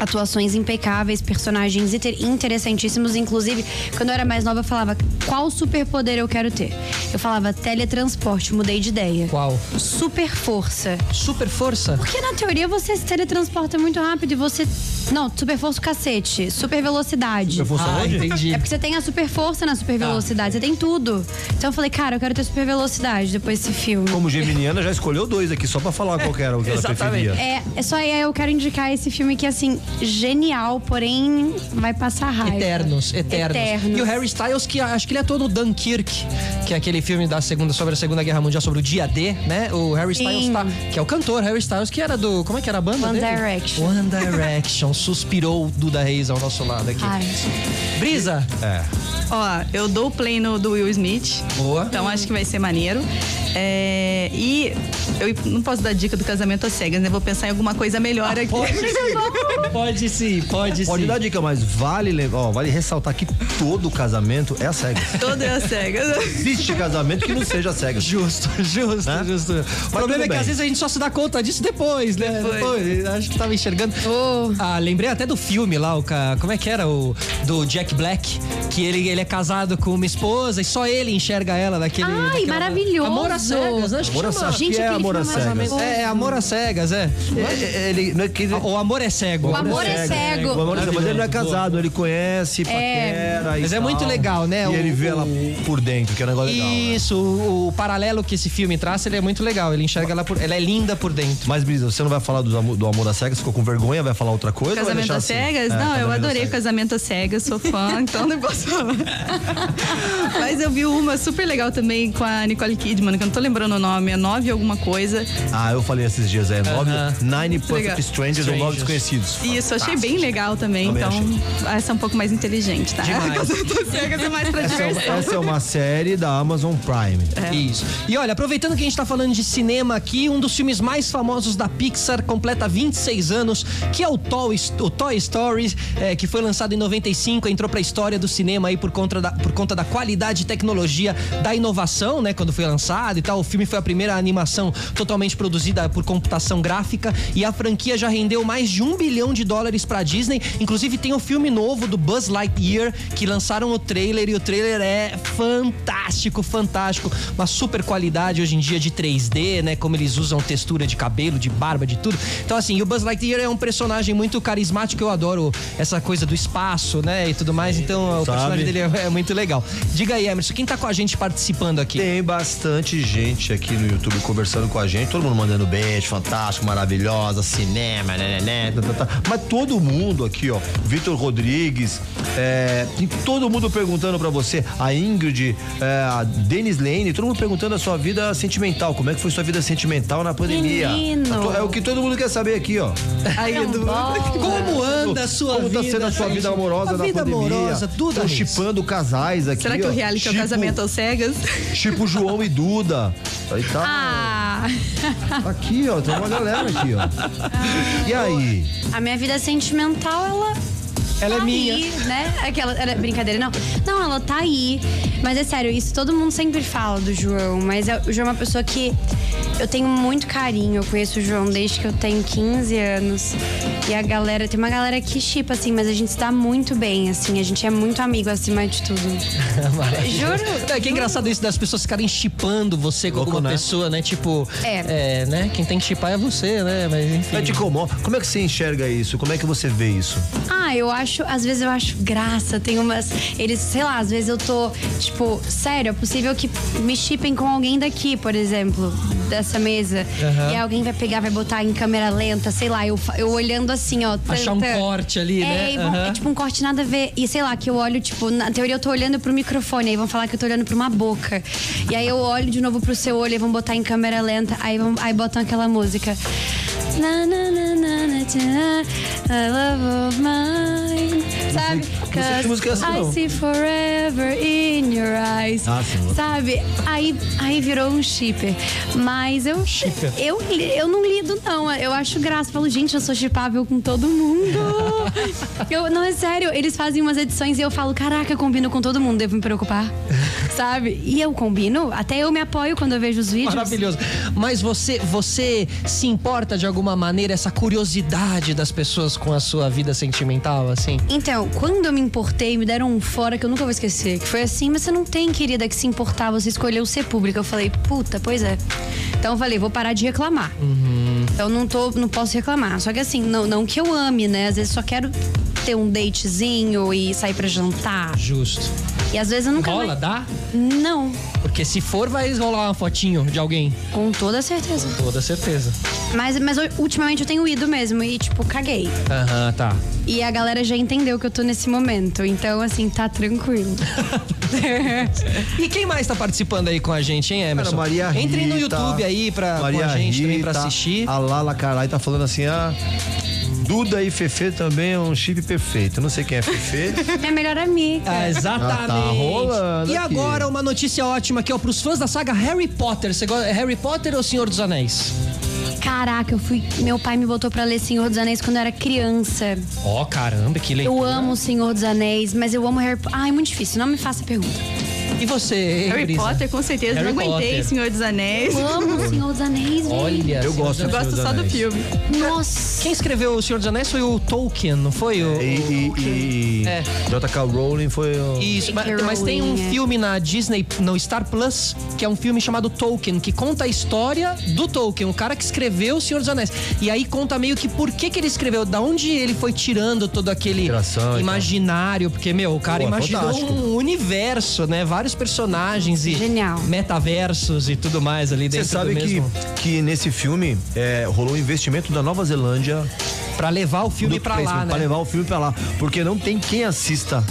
Atuações impecáveis, personagens inter- interessantíssimos. Inclusive, quando eu era mais nova, eu falava qual superpoder eu quero ter. Eu falava teletransporte, mudei de ideia. Qual? Super força. Super força? Porque na teoria você se teletransporta muito rápido e você Não, super força o cacete. Super velocidade. Eu vou só Ah, onde? entendi. É porque você tem a super força na Tá. super velocidade, você tem tudo. Então eu falei, cara, eu quero ter super velocidade depois desse filme. Como geminiana, já escolheu dois aqui, só pra falar qual que era o que ela Exatamente. preferia. É, é só aí eu quero indicar esse filme que, assim, genial, porém vai passar raiva. Eternos, eternos, é Eternos. E o Harry Styles, que acho que ele é todo Dunkirk, que é aquele filme da segunda, sobre a Segunda Guerra Mundial, sobre o dia D, né? O Harry Styles Sim. tá. Que é o cantor, Harry Styles, que era do. Como é que era a banda? One dele? Direction. One Direction. Suspirou o Duda Reis ao nosso lado aqui. Ai. Brisa! É. Ó, eu dou o play no do Will Smith. Boa. Então acho que vai ser maneiro. É, e eu não posso dar dica do casamento às cegas, né? Vou pensar em alguma coisa Ah, melhor aqui. Pode sim, pode, Pode sim. dar dica, mas vale, le- ó, vale ressaltar que todo casamento é a cega. *laughs* Todo é às cegas. Existe casamento que não seja *laughs* a cega. Justo, justo, Né? justo. O problema tudo é que bem. às vezes a gente só se dá conta disso depois, né? Depois. Depois, acho que tava enxergando. Oh. Ah, lembrei até do filme lá, o, ca- como é que era? O do Jack Black, que ele, ele é casado com uma esposa e só ele enxerga ela daquele. Ai, daquela- maravilhoso. Amor às cegas, né? acho que Amor às chama. cegas. Gente, que é aquele Amor às filme é Cegas? maravilhoso. É, é amor às cegas, é. É, Ele não é que. O amor é cego. O amor é cego. O amor é cego, mas ele não é casado, ele conhece, paquera e Mas é tal. muito legal, né? E O- ele vê ela por dentro, que é um negócio legal. né? Isso, o, o paralelo que esse filme traça, ele é muito legal. Ele enxerga ela por. Ela é linda por dentro. Mas, Brisa, você não vai falar do amor, do amor às cegas? Ficou com vergonha? Vai falar outra coisa? ou vai Casamento deixar às assim? cegas? É, não, Casamento eu às adorei o Cegas. casamento às cegas, sou fã, então não *laughs* posso falar. Mas eu vi uma super legal também com a Nicole Kidman, que eu não tô lembrando o nome, é nove alguma coisa. Ah, eu falei esses dias, é. Nove, Aham. Nine legal. Perfect Strangers ou Nove Desconhecidos. Isso, achei bem legal também, Também então essa é um pouco mais inteligente, tá? Demais. *laughs* Casamento às cegas é mais pra Essa é, diversão. uma- essa é uma série da Amazon Prime. Isso. E olha, aproveitando que a gente tá falando de cinema aqui, um dos filmes mais famosos da Pixar completa 26 anos, que é o Toy, o Toy Story, eh, que foi lançado em 95, entrou pra história do cinema aí por conta da, por conta da qualidade e tecnologia da inovação, né, quando foi lançado e tal. O filme foi a primeira animação totalmente produzida por computação gráfica e a franquia já rendeu mais de um bilhão de dólares pra Disney. Inclusive tem o filme novo do Buzz Lightyear, que lançaram o trailer e o trailer é fantástico, fantástico. Uma super qualidade hoje em dia de 3D, né? Como eles usam textura de cabelo, de barba, de tudo. Então, assim, o Buzz Lightyear é um personagem muito carismático. Eu adoro essa coisa do espaço, né? E tudo mais. Então, o É, sabe. personagem dele é, é muito legal. Diga aí, Emerson, quem tá com a gente participando aqui? Tem bastante gente aqui no YouTube conversando com a gente, todo mundo mandando beijo, fantástico, maravilhosa, cinema, né, né, né, tá, tá, tá. mas todo mundo aqui, ó, Vitor Rodrigues, é, tem todo mundo perguntando pra você, a Ingrid, é, a Denis Lane, todo mundo perguntando a sua vida sentimental, como é que foi sua vida sentimental na pandemia? Menino. A tua- É o que todo mundo quer saber aqui, ó. Aí, Edu. Como anda a sua Como vida? né, tá sendo a sua vida amorosa a na vida pandemia? amorosa, tudo Estão Alex. chipando casais aqui, Será que ó. o reality é o Tipo- casamento às cegas? Tipo João e Duda. Aí tá. Ah, Tá Aqui, ó, tem uma galera aqui, Ah. ó. E aí? a minha vida sentimental, ela. Ela é tá minha. Aí, né? Aquela, era brincadeira, não. Não, ela tá aí. Mas é sério, isso todo mundo sempre fala do João. Mas é- o João é uma pessoa que eu tenho muito carinho. Eu conheço o João desde que eu tenho 15 anos. E a galera, tem uma galera que chipa, assim, mas a gente se dá muito bem, assim. A gente é muito amigo acima de tudo. *laughs* Juro. É, que é engraçado isso das pessoas ficarem chipando você com Louco, alguma né? pessoa, né? Tipo, É. é, né? Quem tem que chipar é você, né? Mas enfim. Mas te como, como é que você enxerga isso? Como é que você vê isso? Ah, eu acho, às vezes eu acho graça, tem umas. Eles, sei lá, às vezes eu tô, tipo, sério, é possível que me chipem com alguém daqui, por exemplo, dessa mesa. E aí alguém vai pegar, vai botar em câmera lenta, sei lá, eu, fa- eu olhando assim, ó. Achar um corte ali, é, né? e vão- Aham. é tipo um corte nada a ver. E sei lá, que eu olho, tipo, na teoria eu tô olhando pro microfone, aí vão falar que eu tô olhando pra uma boca. E aí eu olho de novo pro seu olho, aí vão botar em câmera lenta, aí, vão, aí botam aquela música. Na, na, na, na, na, tchá, I love of mine. Sabe? sei que música é essa, I não. see forever in your eyes. Ah, sim. Sabe? Aí, aí virou um shipper. Mas eu, eu, eu não lido, não. Eu acho graça. Eu falo, gente, eu sou chipável com todo mundo. eu, não, é sério. Eles fazem umas edições e eu falo, caraca, eu combino com todo mundo, devo me preocupar. Sabe? E eu combino. Até eu me apoio quando eu vejo os vídeos. Maravilhoso. Mas você, você se importa de alguma maneira essa curiosidade das pessoas com a sua vida sentimental, assim? Então, quando eu me importei, me deram um fora que eu nunca vou esquecer. Que foi assim, mas você não tem, querida, que se importar, você escolheu ser pública. Eu falei, puta, pois é. Então eu falei, vou parar de reclamar. Então não tô, não posso reclamar. Só que assim, não, não que eu ame, né? Às vezes só quero ter um datezinho e sair pra jantar. Justo. E às vezes eu nunca Rola, mais- dá? Não, Porque se for, vai rolar uma fotinho de alguém. com toda certeza. Toda certeza. Mas, mas eu- ultimamente eu tenho ido mesmo e, tipo, caguei. Aham, tá. E a galera já entendeu que eu tô nesse momento. Então, assim, tá tranquilo. *laughs* E quem mais tá participando aí com a gente, hein, Emerson? Cara, Maria Rita, Entrem no YouTube aí pra, com a gente também pra Rita, assistir. A Lala Carai tá falando assim, ah, Duda e Fefe também é um chip perfeito. Eu Não sei quem *laughs* é Fefe. Minha melhor amiga. Ah, exatamente. Ah, tá rolando e aqui. agora uma notícia ótima que é pros fãs da saga Harry Potter. Você gosta é Harry Potter ou Senhor dos Anéis? Caraca, eu fui. Meu pai me botou pra ler Senhor dos Anéis quando eu era criança. Ó, caramba, que legal. Eu amo o Senhor dos Anéis, mas eu amo Harry Potter. Ai, é muito difícil, não me faça pergunta. E você, hein, Harry Brisa? Potter, com certeza. Harry não aguentei Potter. Senhor dos Anéis. Eu amo o Senhor dos Anéis, velho. Olha, Eu Senhor gosto. dos Eu Anéis. gosto Senhor só dos do Anéis. filme. Nossa. é Quem escreveu O Senhor dos Anéis foi o Tolkien, não foi? O, E, e, e- É. J.K. Rowling foi o... Isso, ma- J.K. mas, tem um Rowling, é. filme na Disney, no Star Plus, que é um filme chamado Tolkien, que conta a história do Tolkien, o cara que escreveu O Senhor dos Anéis. E aí conta meio que por que, que ele escreveu, da onde ele foi tirando todo aquele Inspiração e tal. imaginário, porque, meu, o cara Pô, é imaginou fantástico. um universo, né? Vários personagens e Genial. metaversos e tudo mais ali Você dentro sabe do que, mesmo. que nesse filme é, rolou um investimento da Nova Zelândia Pra levar o filme do pra Crespo, lá, pra né? levar o filme pra lá. Porque não tem quem assista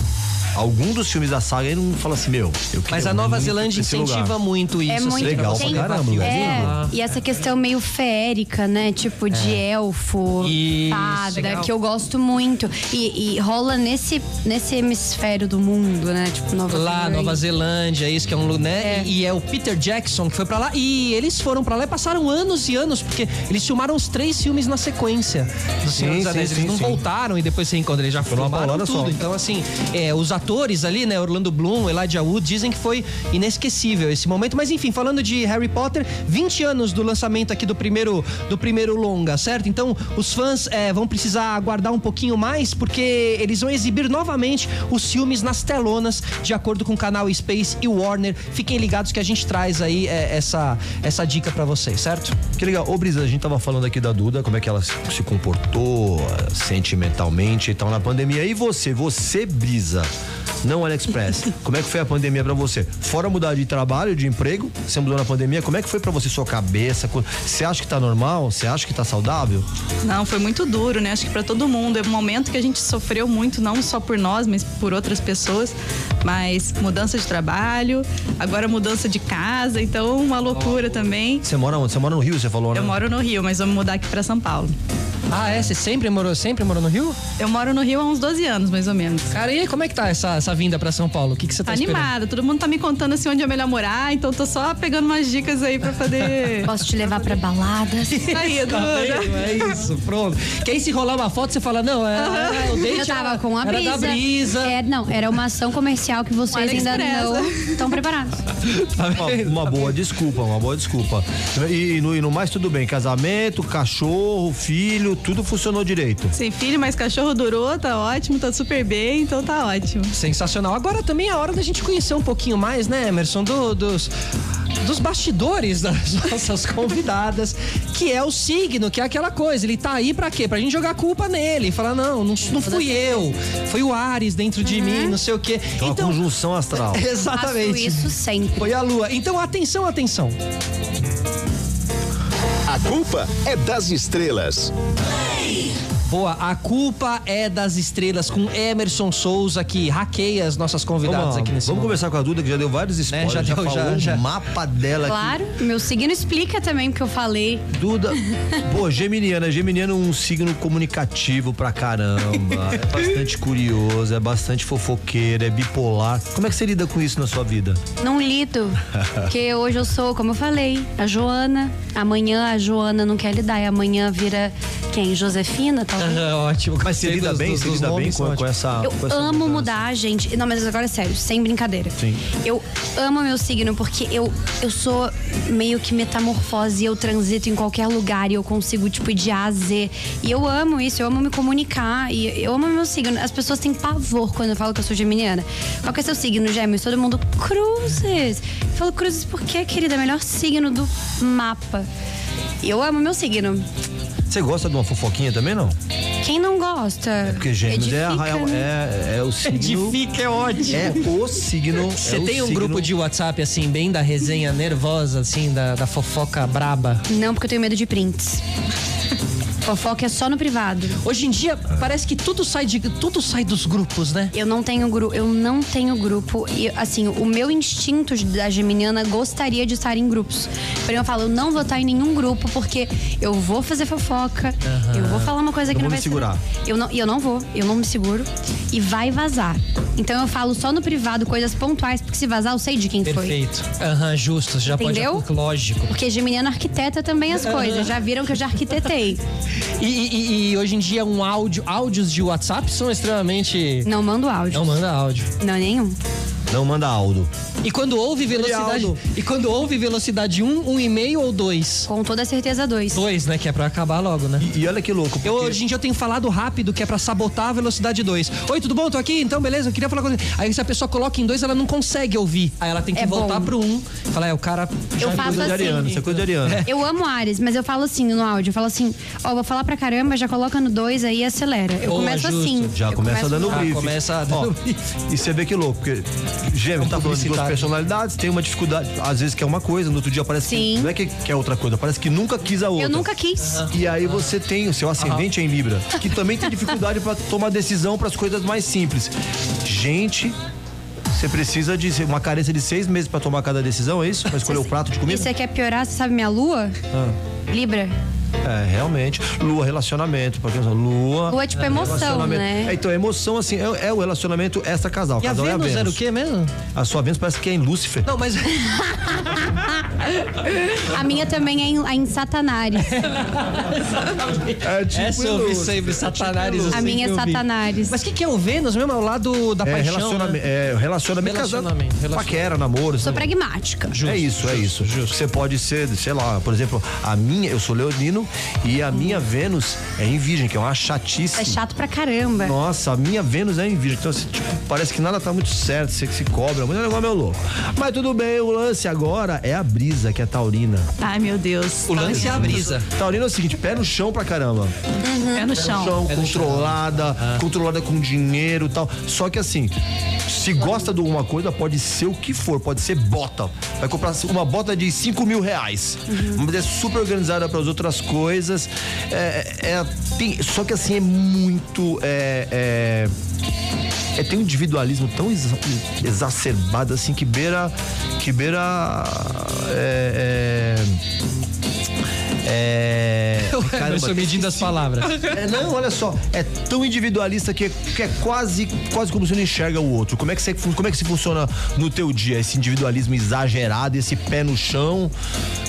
algum dos filmes da saga e não fala assim, meu, eu Mas quero a Nova muito Zelândia esse lugar. incentiva muito isso. É assim, muito pra legal você pra levar caramba, né? filme velho. pra lá. É, e essa questão meio feérica, né? Tipo, de elfo, É. Isso, fada, legal. que eu gosto muito. E, e rola nesse, nesse hemisfério do mundo, né? Tipo, Nova Lá, Zelândia. Nova Zelândia, isso que é um lugar, né? E, e é o Peter Jackson que foi pra lá. E eles foram pra lá e passaram anos e anos, porque eles filmaram os três filmes na sequência do Senhor Sim, dos Anéis. sim, Eles sim, não sim. voltaram e depois se encontram. Eles já Foi uma filmaram paulada tudo. só. Então, assim, é, os atores ali, né? Orlando Bloom, Elijah Wood, dizem que foi inesquecível esse momento. Mas, enfim, falando de Harry Potter, 20 anos do lançamento aqui do primeiro, do primeiro longa, certo? Então, os fãs é, vão precisar aguardar um pouquinho mais, porque eles vão exibir novamente os filmes nas telonas, de acordo com o canal Space e Warner. Fiquem ligados que a gente traz aí é, essa, essa dica pra vocês, certo? Que legal. Ô, Brisa, a gente tava falando aqui da Duda, como é que ela se se comportou eh, sentimentalmente e tal na pandemia. E você, você, Brisa, *laughs* não AliExpress, como é que foi a pandemia pra você? Fora mudar de trabalho, de emprego, você mudou na pandemia, como é que foi pra você sua cabeça? Co- Você acha que tá normal? Você acha que tá saudável? Não, foi muito duro, né? Acho que pra todo mundo. É um momento que a gente sofreu muito, não só por nós, mas por outras pessoas. Mas mudança de trabalho, agora mudança de casa, então uma loucura também. Você mora onde? Você mora no Rio, você falou, né? Eu moro no Rio, mas vamos mudar aqui pra São Paulo. Ah, é? Você sempre morou, sempre morou no Rio? Eu moro no Rio há uns 12 anos, mais ou menos. Cara, e aí, como é que tá essa, essa vinda pra São Paulo? O que, que você tá Tá esperando? animada, todo mundo tá me contando assim onde é melhor morar, então tô só pegando umas dicas aí *laughs* pra poder Posso te levar pra baladas? sair do. Tá vendo? É isso, pronto. Que aí se rolar uma foto, você fala, não, é, é, o date Eu tava era- com a era brisa. da brisa. É, não, era uma ação comercial que vocês Um ainda não AliExpress. estão preparados. *laughs* Tá Uma, vendo? uma boa desculpa, uma boa desculpa. E, no, e no mais, tudo bem. Casamento, cachorro, filho, tudo funcionou direito. Sem filho, mas cachorro durou, tá ótimo, tá super bem, então tá ótimo. Sensacional. Agora também é hora da gente conhecer um pouquinho mais, né, Emerson, do- dos, dos bastidores das *laughs* nossas convidadas, que é o signo, que é aquela coisa. Ele tá aí pra quê? Pra gente jogar culpa nele. Falar, não, não, É, não fui eu. Foi o Ares dentro de mim, não sei o quê. Então, a conjunção *laughs* astral. Faço exatamente. isso sempre. Foi a lua. Então, atenção, atenção. A culpa é das estrelas. Boa, a culpa é das estrelas com Emerson Souza que hackeia as nossas convidadas Vamos, aqui nesse vamos momento. Né, conversar com a Duda, que já deu vários spoilers. já já, deu, já, falou já. o mapa dela Claro, meu signo explica também porque eu falei. aqui. *laughs* Duda, pô, geminiana. Geminiano é um signo comunicativo pra caramba. É *laughs* bastante curioso, é bastante fofoqueiro, é bipolar. Como é que você lida com isso na sua vida? *laughs* Não lido. Porque hoje eu sou, como eu falei, a Joana. Amanhã a Joana não quer lidar. E amanhã vira quem? Josefina, *laughs* talvez? Aham, É ótimo. Mas você Gostei lida dos- bem? dos- Você dos lida bem nomes, com, com ótimo. essa. Eu com essa amo mudança? mudar, gente. Não, mas agora é sério, sem brincadeira. Sim. Eu amo meu signo porque eu, eu sou meio que metamorfose, eu transito em qualquer lugar e eu consigo, tipo, ir de A a Z. E eu amo isso, eu amo me comunicar e eu amo meu signo. As pessoas têm pavor quando eu falo que eu sou geminiana. Qual que é seu signo, gêmeos? Todo mundo, cruzes. Eu falo, cruzes por quê, querida? É o Melhor signo do mapa. Eu amo meu signo. Você gosta de uma fofoquinha também, não? Quem não gosta? É Porque gêmeos é, a- edifica, né? é, é o signo... é ótimo. É o signo... Você é o tem um signo- grupo de WhatsApp, assim, bem da resenha nervosa, assim, da, da fofoca braba? Não, porque eu tenho medo de prints. *laughs* Fofoca é só no privado. Hoje em dia, Ah. parece que tudo sai, de, tudo sai dos grupos, né? Eu não tenho grupo, eu não tenho grupo e assim, o meu instinto de- da geminiana gostaria de estar em grupos. Porém eu falo, eu não vou estar em nenhum grupo porque eu vou fazer fofoca, eu vou falar uma coisa que Eu vou não vai me segurar. ser. Eu não, e eu não vou, eu não me seguro e vai vazar. Então eu falo só no privado coisas pontuais, porque se vazar eu sei de quem foi. Perfeito. Aham, justo. Já Entendeu? pode. Lógico. Porque geminiano arquiteta também as coisas. Já viram que eu já arquitetei. E, e- e hoje em dia, um áudio, áudios de WhatsApp são extremamente. Não mando áudio. Não manda áudio. Não, é nenhum. Não manda Aldo. E quando houve velocidade. Aldo. E quando houve velocidade 1, um, 1,5 ou 2? Com toda certeza, dois. 2, né? Que é pra acabar logo, né? E, e olha que louco, porque... Eu, hoje em dia eu tenho falado rápido, que é pra sabotar a velocidade 2. Oi, tudo bom? Tô aqui, então, beleza? Eu queria falar com você. Aí se a pessoa coloca em 2, ela não consegue ouvir. Aí ela tem que É voltar bom. pro 1. Um, falar, é, o cara. Eu já- faço assim. Coisa de Ariano, isso é coisa de Ariano. Eu amo Ares, mas eu falo assim no áudio. Eu falo assim, ó, vou falar pra caramba, já coloca no 2 aí e acelera. Eu Boa, começo justo. assim. Já Eu começa começo dando no- Já briefing. começa dando Ó, E você vê que louco, porque gêmeo tá falando de duas publicitário. personalidades, tem uma dificuldade, às vezes quer uma coisa, no outro dia parece que Sim. não é que quer outra coisa, parece que nunca quis a outra. Eu nunca quis. E aí você tem o seu ascendente em Libra, que também tem dificuldade pra tomar decisão pras coisas mais simples. Gente, você precisa de uma carência de seis meses pra tomar cada decisão, é isso? Pra escolher o prato de E comida? você quer é piorar, você sabe minha lua? Ah. Libra. É, realmente. Lua, relacionamento, pra quem não sabe, lua. Lua é tipo emoção, Ah, relacionamento. né? É, então, emoção, assim, é, é o relacionamento extra casal. E a casal é Vênus a era o Vênus. quê mesmo? Tipo, A sua Vênus parece que é em Lúcifer. Não, *laughs* mas. A minha também é em, é *laughs* em Satanares. É tipo Essa eu vi sempre, Satanares. eu A minha é sempre ouvi. Satanares. Mas o que, que é o Vênus mesmo? É o lado da É, paixão. relacionamento, né? é, relacionamento, casado, Relacionamento, relacionamento. paquera, namoro. Sou assim. pragmática. é isso, é isso. Você pode ser, sei lá, por exemplo, a minha, eu sou leonino e a minha Vênus é em virgem, que é uma chatice. É chato pra caramba. Nossa, a minha Vênus é em virgem. Então, assim, tipo, parece que nada tá muito certo, você que se cobra, mas é um negócio meio louco. Mas tudo bem, o lance agora é a brisa, que é taurina. Ai, meu Deus. O lance é a brisa. Taurina é o seguinte, pé no chão pra caramba. É no chão. chão, controlada, controlada com dinheiro e tal. Só que assim, se gosta de alguma coisa, pode ser o que for, pode ser bota. Vai comprar uma bota de 5 mil reais. Mas é super organizada para as outras coisas. É, é, tem- só que assim, é muito. é, é, é, tem um individualismo tão exa- exacerbado assim que beira. Que beira. É. é, é- *laughs* Eu caramba, sou medindo as palavras. é, não, olha só, é tão individualista que, que é quase, quase como você não enxerga o outro. Como é, que você, como é que se funciona no teu dia esse individualismo exagerado, esse pé no chão?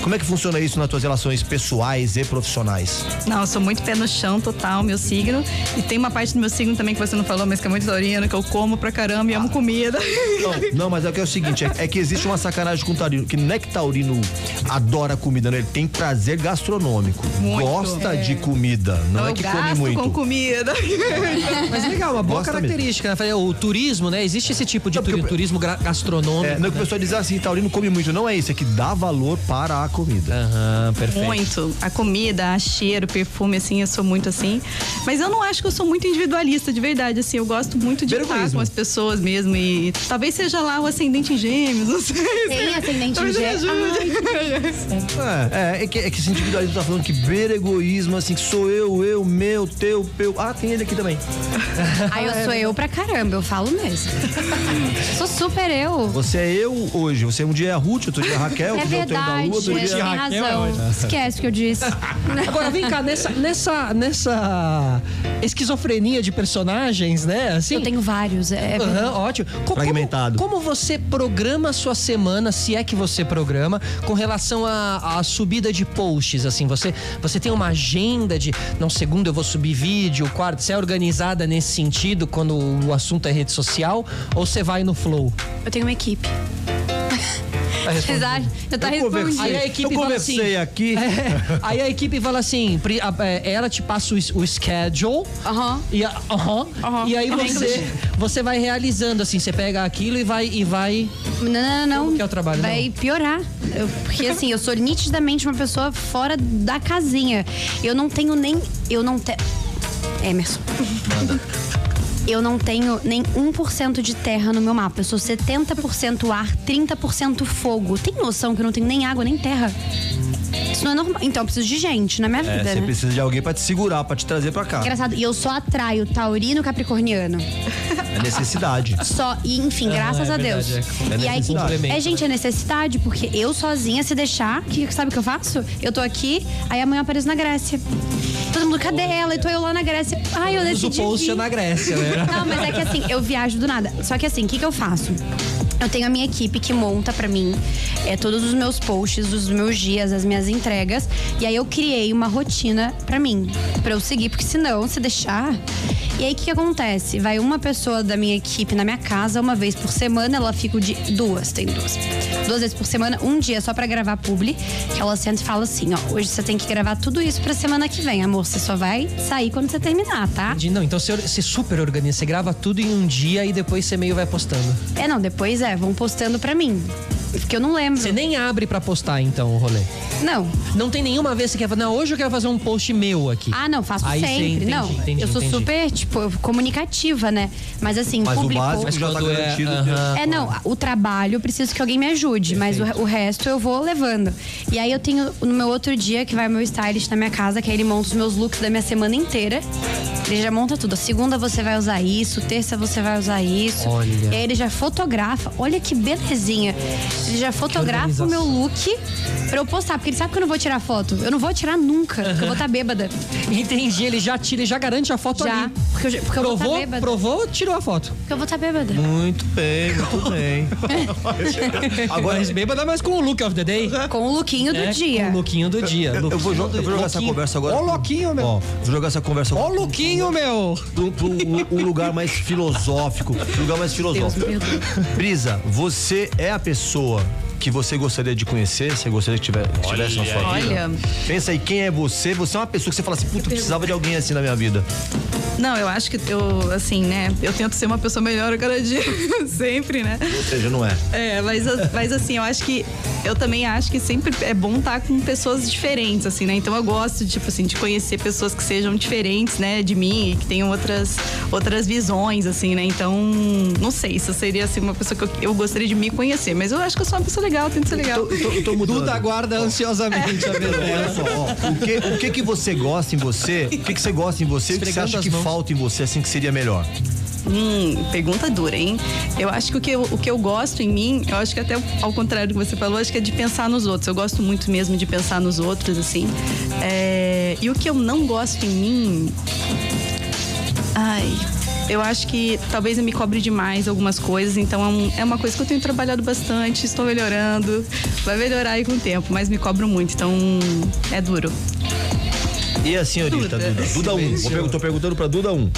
Como é que funciona isso nas tuas relações pessoais e profissionais? Não, eu sou muito pé no chão total, meu signo. E tem uma parte do meu signo também que você não falou, mas que é muito taurino, que eu como pra caramba e amo Ah. comida. Não, não, mas é que é o seguinte, é, é que existe uma sacanagem com o Taurino, que não é que Taurino adora comida, não, ele tem prazer gastronômico, Muito. gosta de comida, não é eu que come gasto muito. com comida. É. Mas legal, uma boa Gosta mesmo. característica, né? Falei, O turismo, né? Existe esse tipo de turi- turismo gra- É, gastronômico. não é que o pessoal diz assim, Taurino come muito, não é isso, é que dá valor para a comida. Aham, É um perfeito. Muito. A comida, a cheiro, perfume, assim, eu sou muito assim. Mas eu não acho que eu sou muito individualista, de verdade, assim. Eu gosto muito de estar Vergonhismo. com as pessoas mesmo. E talvez seja lá o ascendente em gêmeos, não sei. Tem ascendente em Talvez me gêmeos. *laughs* ajude. É, é, é que, é que esse individualismo tá falando que beira egoísmo, assim, que sou eu, eu, meu, teu, meu. Ah, tem ele aqui também. Aí eu sou eu pra caramba, eu *laughs* falo mesmo. sou super eu. Você é eu hoje, você um dia é a Ruth, outro dia é a Raquel, É outro dia eu tenho da verdade, Lua, outro tem dia... razão. Esquece o que eu disse. Agora vem cá, nessa, nessa, nessa esquizofrenia de personagens, né? Assim, Eu tenho vários. É, Aham, ótimo. Co- como- Fragmentado. Como, você programa a sua semana, se é que você programa, com relação à à subida de posts, assim, você, você tem uma agenda de, não, segunda eu vou subir vídeo, quarto, você é organizada nesse sentido quando o assunto é rede social, ou você vai no flow? Eu tenho uma equipe. Vocês acham? Eu tá Eu conversei. Aí respondendo. a equipe Eu fala assim- conversei aqui. É, aí a equipe fala assim: pri- a- é, ela te passa o, s- o schedule. Aham. E, a- aham, Aham. e aí Aham. você, você vai realizando, assim, você pega aquilo e vai. E vai Não, não, não. Como que é o trabalho, Vai piorar. Eu- porque assim, eu sou nitidamente uma pessoa fora da casinha. Eu não tenho nem. Eu não tenho. Emerson. Eu não tenho nem 1% de terra no meu mapa. Eu sou 70% ar, 30% fogo. Tem noção que eu não tenho nem água, nem terra? Isso não é normal. Então eu preciso de gente na minha É, vida, você né? precisa de alguém pra te segurar, pra te trazer pra cá. Engraçado. E eu só atraio taurino capricorniano. É necessidade. Só, e enfim, graças é a verdade, Deus. é. e aí, Complemento, é, gente, é necessidade, porque eu sozinha, se deixar, que, sabe o que eu faço? Eu tô aqui, aí amanhã eu apareço na Grécia. Todo mundo, cadê ela? E tô eu lá na Grécia. Ai, eu usa o decidi. post vir. na Grécia, né? Não, mas é que assim, eu viajo do nada. Só que assim, o que, que eu faço? Eu tenho a minha equipe que monta pra mim é, todos os meus posts, os meus dias, as minhas entregas. E aí eu criei uma rotina pra mim, pra eu seguir, porque senão, se deixar. E aí o que, que acontece? Vai uma pessoa da minha equipe na minha casa uma vez por semana, ela fica de duas, tem duas. Duas vezes por semana, um dia só pra gravar publi, que ela senta e fala assim: ó, hoje você tem que gravar tudo isso pra semana que vem, amor. Você só vai sair quando você terminar, tá? Entendi. Não, então você, você super organiza, você grava tudo em um dia e depois você meio vai postando. É, não, depois é, vão postando pra mim. Porque eu não lembro. Você nem abre pra postar, então, o rolê. Não. Não tem nenhuma vez que você quer falar, não, hoje eu quero fazer um post meu aqui. Ah, não, faço Aí você- sempre. entendi, não. entendi, eu sou entendi. super, tipo, eu- comunicativa, né? Mas assim, Mas o publicou. básico Mas já tá quando é, garantido. aham. É, não, o trabalho eu preciso que alguém me ajude, mas o, o resto eu vou levando. E aí eu tenho no meu outro dia que vai meu stylist na minha casa, que aí ele monta os meus looks da minha semana inteira. Ele já monta tudo. Segunda você vai usar isso, terça você vai usar isso. Olha. E aí ele já fotografa. Olha que belezinha. Ele já fotografa o meu look pra eu postar, porque ele sabe que eu não vou tirar foto. Eu não vou tirar nunca, porque eu vou estar bêbada. Entendi, ele já tira, ele já garante a foto Já. ali. Porque eu, já- porque eu vou estar Provou, bêbada. provou, tirou a foto. Porque eu vou estar bêbada. Muito bem, *laughs* muito bem. Agora mas bêbada, mas com o look of the day. é. Com o lookinho do né? dia. Com o lookinho do dia. Eu, eu vou, jo- eu vou jogar essa conversa agora. Ó o louquinho, meu. Ó, vou jogar essa conversa Ó o agora. lookinho, meu. Pra um- pra um, um lugar mais filosófico. Um lugar mais Deus filosófico. me perdoe. Brisa, você é a pessoa que você gostaria de conhecer, você gostaria que tiver- que tivesse na sua vida? Olha. Pensa aí, quem é você? Você é uma pessoa que você fala assim, puta, eu precisava de alguém assim na minha vida. Não, eu acho que eu, assim, né? Eu tento ser uma pessoa melhor a cada dia, *laughs* sempre, né? Ou seja, não é. É, mas, mas assim, eu acho que. Eu também acho que sempre é bom estar com pessoas diferentes, assim, né? Então eu gosto, tipo assim, de conhecer pessoas que sejam diferentes, né, de mim e que tenham outras, outras visões, assim, né? Então, não sei, isso seria, assim, uma pessoa que eu, eu gostaria de me conhecer. Mas eu acho que eu sou uma pessoa legal, eu tento ser legal. Eu tô, eu tô mudando. Duda aguarda ansiosamente a *laughs* Olha verdade. só, ó, o que, o que que você gosta em você? O que que você gosta em você? O que você Esfregando acha as que mãos. falta em você assim que seria melhor? Hum, pergunta dura, hein? Eu acho que o que eu, o que eu gosto em mim, eu acho que até ao contrário do que você falou, acho que é de pensar nos outros. Eu gosto muito mesmo de pensar nos outros, assim. É, e o que eu não gosto em mim. Ai. Eu acho que talvez eu me cobre demais algumas coisas, então é, um- é uma coisa que eu tenho trabalhado bastante, estou melhorando, vai melhorar aí com o tempo, mas me cobro muito, então é duro. E a senhorita Duda. Duda? Duda 1. Vou pergun- tô perguntando pra Duda 1.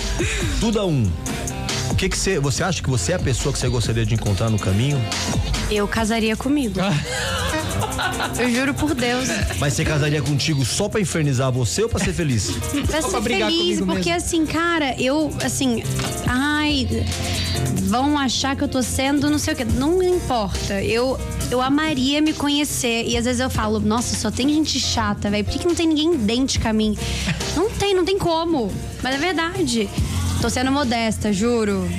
Duda 1. O que que você, você acha que você é a pessoa que você gostaria de encontrar no caminho? Eu casaria comigo. Ah. *laughs* Eu juro por Deus. Mas você casaria contigo só pra infernizar você ou pra ser feliz? Pra ser feliz, porque assim, cara, eu, assim, ai, vão achar que eu tô sendo não sei o quê. Não importa. Eu, eu amaria me conhecer. E às vezes eu falo, nossa, só tem gente chata, velho. Por que, que não tem ninguém idêntica *laughs* a mim? Não tem, não tem como. Mas é verdade. Tô sendo modesta, juro.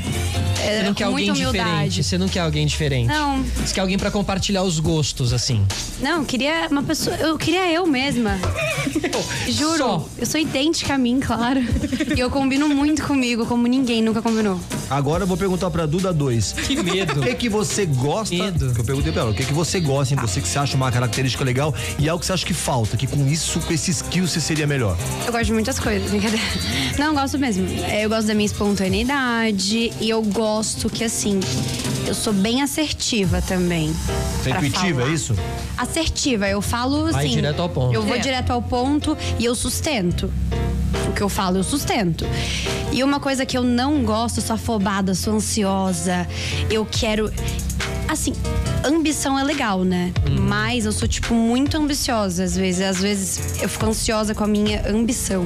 É, Você não quer com alguém muita humildade. diferente. Você não quer alguém diferente. Não. Você quer alguém pra compartilhar os gostos, assim. Não, eu queria uma pessoa. Eu queria *laughs* eu mesma. Juro. Só. Eu sou idêntica a mim, claro. E eu combino muito comigo, como ninguém nunca combinou. Agora eu vou perguntar pra Duda 2. Que medo. O que, que você gosta? Medo. Que eu perguntei pra ela. O que, que você gosta em você que você acha uma característica legal e algo que você acha que falta? Que com isso, com esse skill, você seria melhor? Eu gosto de muitas coisas, brincadeira. Não, eu gosto mesmo. É, Eu gosto da minha espontaneidade e eu gosto que, assim, eu sou bem assertiva também. Você é pra intuitiva, falar. é isso? Assertiva, eu falo Vai assim. direto ao ponto. Eu vou É. direto ao ponto e eu sustento. O que eu falo, eu sustento. E uma coisa que eu não gosto, eu sou afobada, sou ansiosa. Eu quero. Assim, ambição é legal, né? Hum. Mas eu sou, tipo, muito ambiciosa às vezes. Às vezes eu fico ansiosa com a minha ambição.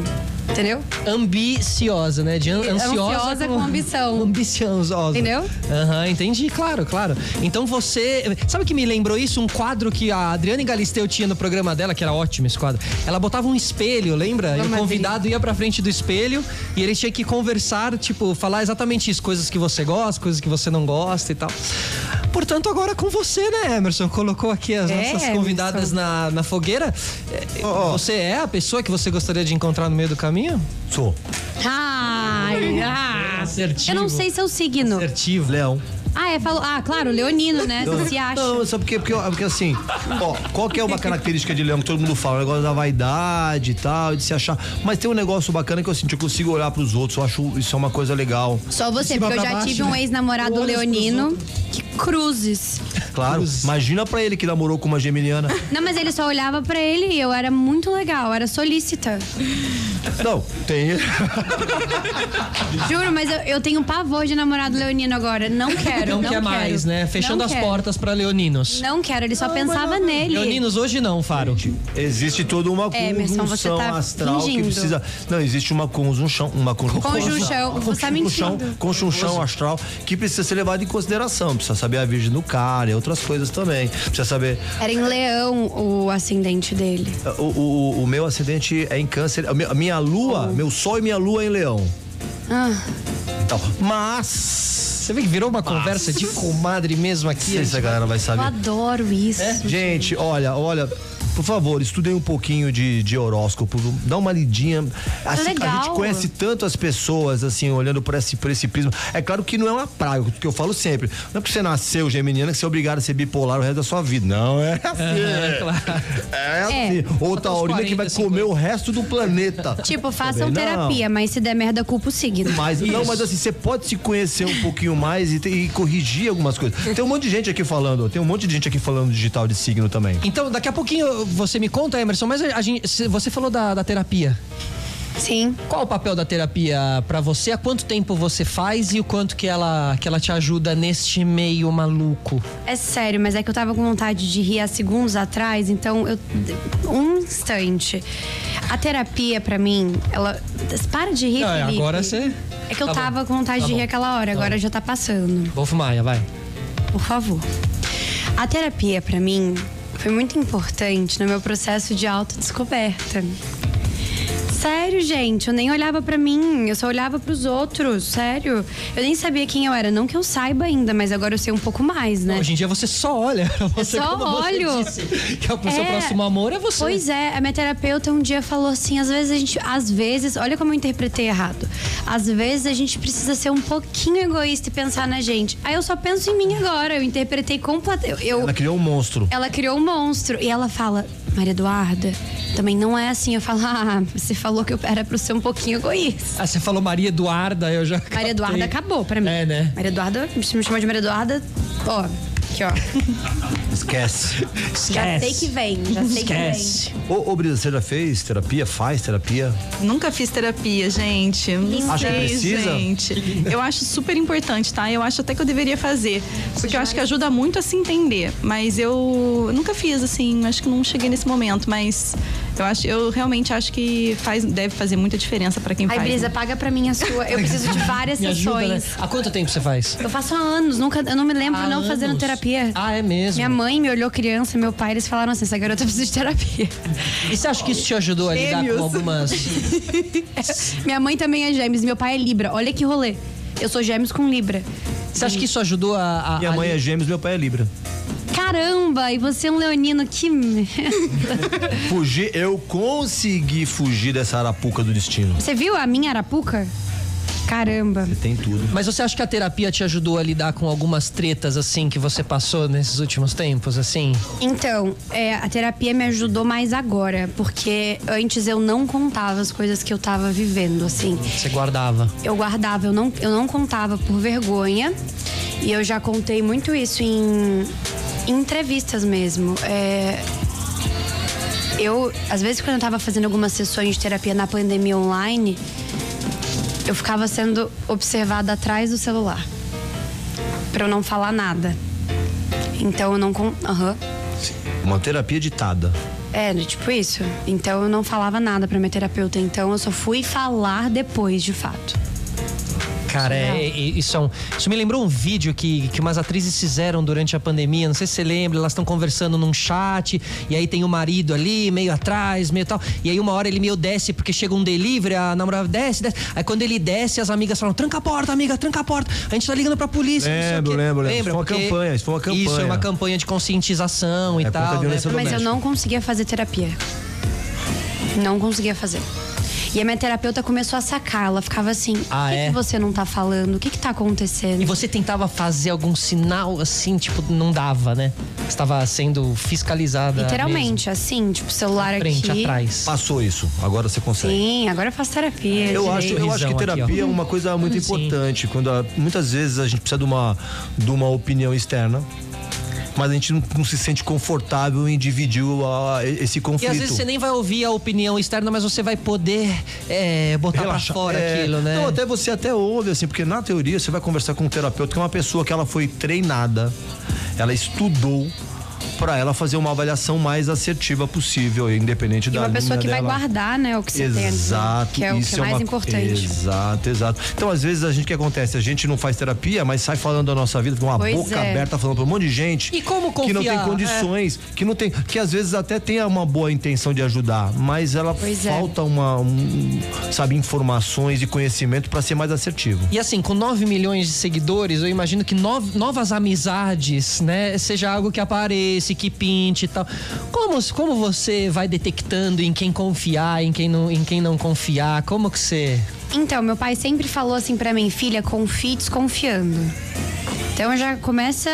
Entendeu? Ambiciosa, né? De an- ansiosa, Ansiosa com ambição. Ambiciosa. Entendeu? Aham, entendi. Claro, claro. Então você... Sabe o que me lembrou isso? Um quadro que a Adriane Galisteu tinha no programa dela, que era ótimo esse quadro. Ela botava um espelho, lembra? E o convidado ia pra frente do espelho e ele tinha que conversar, tipo, falar exatamente isso. Coisas que você gosta, coisas que você não gosta e tal. Portanto, agora com você, né, Emerson? Colocou aqui as É, nossas Emerson. convidadas na, na fogueira. É, Você é a pessoa que você gostaria de encontrar no meio do caminho? Sou. *laughs* Ai, ah. Assertivo. Eu não sei seu signo. Assertivo. Leão. Ah, é, falou. Ah, claro, leonino, né? Você se acha. Não, sabe por quê? Porque, porque assim, ó, qual que é uma característica de leão que todo mundo fala? O negócio da vaidade e tal, de se achar. Mas tem um negócio bacana que eu, assim, eu consigo olhar pros outros, eu acho isso é uma coisa legal. Só você, cima porque eu pra já baixo, tive um né? ex-namorado Olhos pros leonino que cruzes. Claro, imagina pra ele que namorou com uma geminiana. Não, mas ele só olhava pra ele e eu era muito legal, era solícita. Não, tem. Juro, mas eu, eu tenho pavor de namorado leonino agora. *laughs* Não quero. É, Não, quer Não, quero. mais, né? Fechando Não as quero. portas pra leoninos. Não quero, ele só pensava nele. Leoninos hoje não, Faro. Existe toda uma Emerson, você conjunção tá astral que fingindo. precisa. Não, existe uma conjunção, uma conjunção. Conjunção, você tá mentindo. Conjunção astral que precisa ser levada em consideração. Precisa saber a virgem do cara e outras coisas também. Precisa saber. uh, Era em leão o ascendente dele. O, o- o meu acidente é em câncer. A mi- a minha lua, Oh. meu sol e minha lua é em leão. Ah, Tá Então, mas. Você vê que virou uma conversa de comadre mesmo Não aqui. sei se a galera vai eu saber. adoro isso. É, Gente, olha, olha. Por favor, estudem um pouquinho de, de horóscopo, dá uma lidinha. A, a Tá legal. gente conhece tanto as pessoas, assim, olhando por esse, por esse prisma. É claro que não é uma praga, que eu falo sempre. Não é porque você nasceu geminiana que você é obrigado a ser bipolar o resto da sua vida. Não, é assim. É, claro. É É. assim. Ou Só taurina que vai 40, comer o resto do planeta. Tá Tipo, façam Também não. terapia, mas se der merda, culpa o signo. Mas, não, mas assim, você pode se conhecer um pouquinho mais e, te- e corrigir algumas coisas. Tem um monte de gente aqui falando, tem um monte de gente aqui falando digital de signo também. Então, daqui a pouquinho você me conta, Emerson, mas a gente, se- você falou da, da terapia. Sim. Qual o papel da terapia pra você? Há quanto tempo você faz e o quanto que ela, que ela te ajuda neste meio maluco? É sério, mas é que eu tava com vontade de rir há segundos atrás, então eu. Um instante. A terapia, pra mim, ela. Para de rir, Não, é, Felipe. agora você- É que eu Tá bom. tava com vontade Tá de rir bom. aquela hora, agora já tá passando Wolf Maia, vai. por favor. A terapia, pra mim, foi muito importante no meu processo de autodescoberta. Sério, gente, eu nem olhava pra mim, eu só olhava pros outros, sério. Eu nem sabia quem eu era, não que eu saiba ainda, mas agora eu sei um pouco mais, né? Hoje em dia você só olha. Você, só como você olho. disse, que é o seu É. próximo amor é você. Pois é, a minha terapeuta um dia falou assim: às vezes a gente, às vezes, olha como eu interpretei errado. Às vezes a gente precisa ser um pouquinho egoísta e pensar na gente. Aí eu só penso em mim agora, eu interpretei completamente. Eu, Ela criou um monstro. ela criou um monstro. E ela fala, Maria Eduarda, também não é assim. Eu falo, ah, você falou que eu era pra ser um pouquinho egoísta. Ah, você falou Maria Eduarda, eu já. Maria captei. Eduarda acabou pra mim. É, né? Maria Eduarda, se me chamar de Maria Eduarda, ó, aqui ó. Esquece. Já sei que vem, já sei Esquece. *laughs* Ô, ô Brisa, você já fez terapia? Faz terapia? Nunca fiz terapia, gente. Não Acha que sei, precisa? gente. Eu acho super importante, tá? Eu acho até que eu deveria fazer. Porque eu acho que ajuda muito a se entender. Mas eu nunca fiz, assim, acho que não cheguei nesse momento, mas eu acho, eu realmente acho que faz, deve fazer muita diferença pra quem vem. Ai, faz. né? Brisa, paga pra mim a sua. Eu preciso de *laughs* várias Me ajuda, né? sessões. Há quanto tempo você faz? Eu faço há anos, nunca, eu não me lembro Há não fazendo anos. terapia. Ah, é mesmo. Minha mãe me olhou criança, meu pai, eles falaram assim, essa garota *laughs* precisa de terapia. E você acha que isso te ajudou a lidar Gêmeos. com algumas. Minha mãe também é gêmeos, meu pai é libra. Olha que rolê. Eu sou gêmeos com libra. Você acha que isso ajudou a. a Minha a mãe é gêmeos, meu pai é libra. Caramba, e você é um leonino, que merda. Fugir, eu consegui fugir dessa arapuca do destino. *laughs* Você viu a minha arapuca? Caramba. Tem tudo. Mas você acha que a terapia te ajudou a lidar com algumas tretas assim que você passou nesses últimos tempos, assim? Então, é, a terapia me ajudou mais agora, porque antes eu não contava as coisas que eu tava vivendo, assim. Você guardava. Eu guardava, eu não, eu não contava por vergonha. E eu já contei muito isso em, em entrevistas mesmo. É, eu, às vezes, quando eu tava fazendo algumas sessões de terapia na pandemia online, eu ficava sendo observada atrás do celular. Pra eu não falar nada. Então eu não. con- Aham. Uma terapia ditada. É, tipo isso. Então eu não falava nada pra minha terapeuta. Então eu só fui falar depois, de fato. Cara, é- e- isso, é um- isso me lembrou um vídeo que, que umas atrizes fizeram durante a pandemia. Não sei se você lembra, elas estão conversando num chat, e aí tem o marido ali, meio atrás, meio tal. E aí uma hora ele meio desce, porque chega um delivery, a namorada desce, desce. Aí quando ele desce, as amigas falam: tranca a porta, amiga, tranca a porta. A gente tá ligando pra polícia. não sei o Lembro, quê." lembro, Lembra? lembro. Isso foi uma Porque campanha, isso foi uma campanha. Isso é uma campanha de conscientização e É contra a tal. né? violência Porque- Mas eu não conseguia fazer terapia. Não conseguia fazer. E a minha terapeuta começou a sacar. Ela ficava assim: Ah, o que, é? que você não tá falando? O que, que tá acontecendo? E você tentava fazer algum sinal assim, tipo, não dava, né? Você estava sendo fiscalizada. Literalmente, assim, tipo, celular mesmo. Frente, aqui. atrás. Passou isso, agora você consegue. Sim, agora eu faço terapia. Eu direito. acho, eu acho que Sorrisão terapia aqui, ó. é uma coisa muito importante. Quando a- muitas vezes a gente precisa de uma, de uma opinião externa, mas a gente não, não se sente confortável em dividir o- a- esse E conflito. às vezes você nem vai ouvir a opinião externa, mas você vai poder é, botar Relaxa. pra fora É, aquilo, né? Não, até você até ouve, assim, porque na teoria você vai conversar com um terapeuta que é uma pessoa que ela foi treinada, ela estudou pra ela fazer uma avaliação mais assertiva possível, independente E da uma pessoa linha que vai dela. guardar, né, o que você tem. Exato, Que é o isso que é mais uma- importante. Exato, exato. Então, às vezes, a gente o que acontece? A gente não faz terapia, mas sai falando da nossa vida com uma Pois boca é. aberta, falando pra um monte de gente E como que não tem confiar, condições, que não tem. Que às vezes até tem uma boa intenção de ajudar, mas ela Pois é. falta uma. um- sabe, informações e conhecimento pra ser mais assertivo. E assim, com 9 milhões de seguidores, eu imagino que no- novas amizades, né, seja algo que apareça, que pinte e tal. Como, como você vai detectando em quem confiar, em quem não, em quem não confiar? Como que você. Então, meu pai sempre falou assim pra mim, filha, confie desconfiando. Então já começa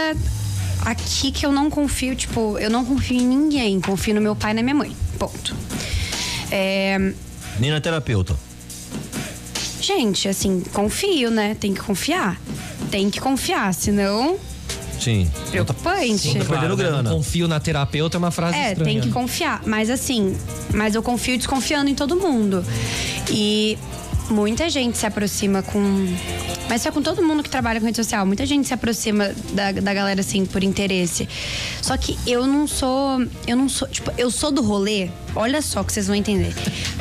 aqui que eu não confio, tipo, eu não confio em ninguém, confio no meu pai e na minha mãe. Ponto. É, Nina é terapeuta. gente, assim, confio, né? Tem que confiar. Tem que confiar, senão Sim. preocupante. Tá perdendo né, não grana. Confio na terapeuta é uma frase É, estranha. tem que confiar. Mas assim, mas eu confio desconfiando em todo mundo. E muita gente se aproxima com. Mas isso é com todo mundo que trabalha com rede social. Muita gente se aproxima da, da galera, assim, por interesse. Só que eu não sou. Eu não sou. Tipo, eu sou do rolê. Olha só que vocês vão entender.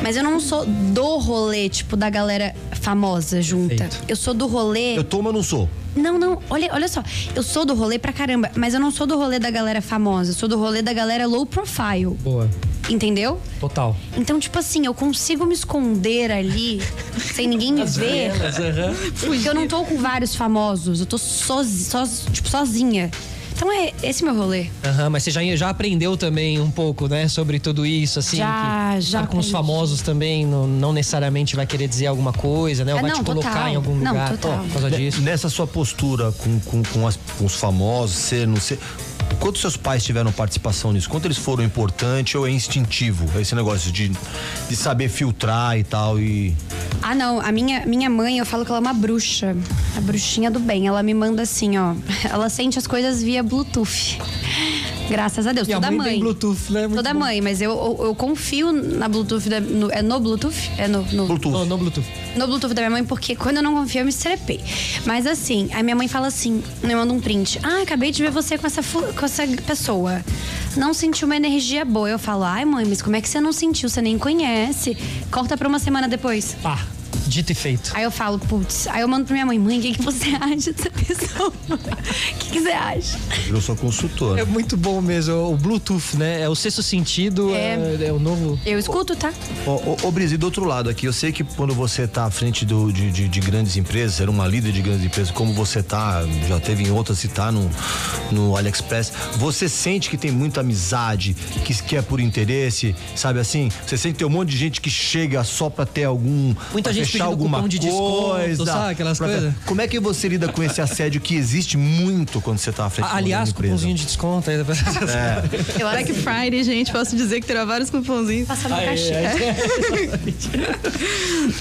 Mas eu não sou do rolê, tipo, da galera famosa junta. Eu sou do rolê. Eu tomo, eu não sou. Não, não, olha, olha só. Eu sou do rolê pra caramba, mas eu não sou do rolê da galera famosa, eu sou do rolê da galera low profile. Boa. Entendeu? Total. Então, tipo assim, eu consigo me esconder ali sem ninguém me ver. Porque eu não tô com vários famosos, eu tô sozi, soz- tipo, sozinha. Então é esse meu rolê. Aham, mas você já, já aprendeu também um pouco, né, sobre tudo isso, assim? Já, que já Estar com os aprendi. famosos também não, não necessariamente vai querer dizer alguma coisa, né? Ou Ah, vai não, te colocar total. em algum Não, lugar total. pô, por causa disso. Nessa sua postura com, com, com, as- com os famosos, ser, não ser. Quantos seus pais tiveram participação nisso? Quanto eles foram importantes ou é instintivo? Esse negócio de, de saber filtrar e tal e. Ah, não. A minha, minha mãe, eu falo que ela é uma bruxa. A bruxinha do bem. Ela me manda assim, ó. *laughs* Ela sente as coisas via Bluetooth. Graças a Deus. E a Toda mãe tem Bluetooth, né? Muito Toda bom. mãe, mas eu, eu, eu confio na Bluetooth. da- no, é no Bluetooth? É no, no, Bluetooth. Não, não Bluetooth. no Bluetooth da minha mãe, porque quando eu não confio, eu me estrepei. Mas assim, a minha mãe fala assim, me manda um print. Ah, acabei de ver você com essa, fu- com essa pessoa. Não senti uma energia boa. Eu falo, ai mãe, mas como é que você não sentiu? Você nem conhece. Corta pra uma semana depois. Pá, Ah, dito e feito. Aí eu falo, putz, aí eu mando pra minha mãe, mãe, o que, que você *laughs* acha dessa pessoa? O que, que você acha? Eu sou consultor. É muito bom mesmo, o Bluetooth, né? É o sexto sentido, é, É. é o novo. Eu escuto, tá? Ô, ô, ô Brisa, e do outro lado aqui, eu sei que quando você tá à frente do- de, de- de grandes empresas, ser uma líder de grandes empresas, como você tá, já teve em outras e tá no, no AliExpress, você sente que tem muita amizade, que, que é por interesse, sabe assim? Você sente que tem um monte de gente que chega só pra ter algum. Muita pra gente fechar pedindo alguma cupom de desconto, coisa, sabe? Aquelas pra- coisas. Como é que você lida com esse assédio que existe muito quando você tá à frente de Ah, uma Aliás, grande empresa? cupomzinho de desconto. aí- Eu Black assim, Friday, gente, posso dizer que terá vários cupomzinhos. passar no cachê.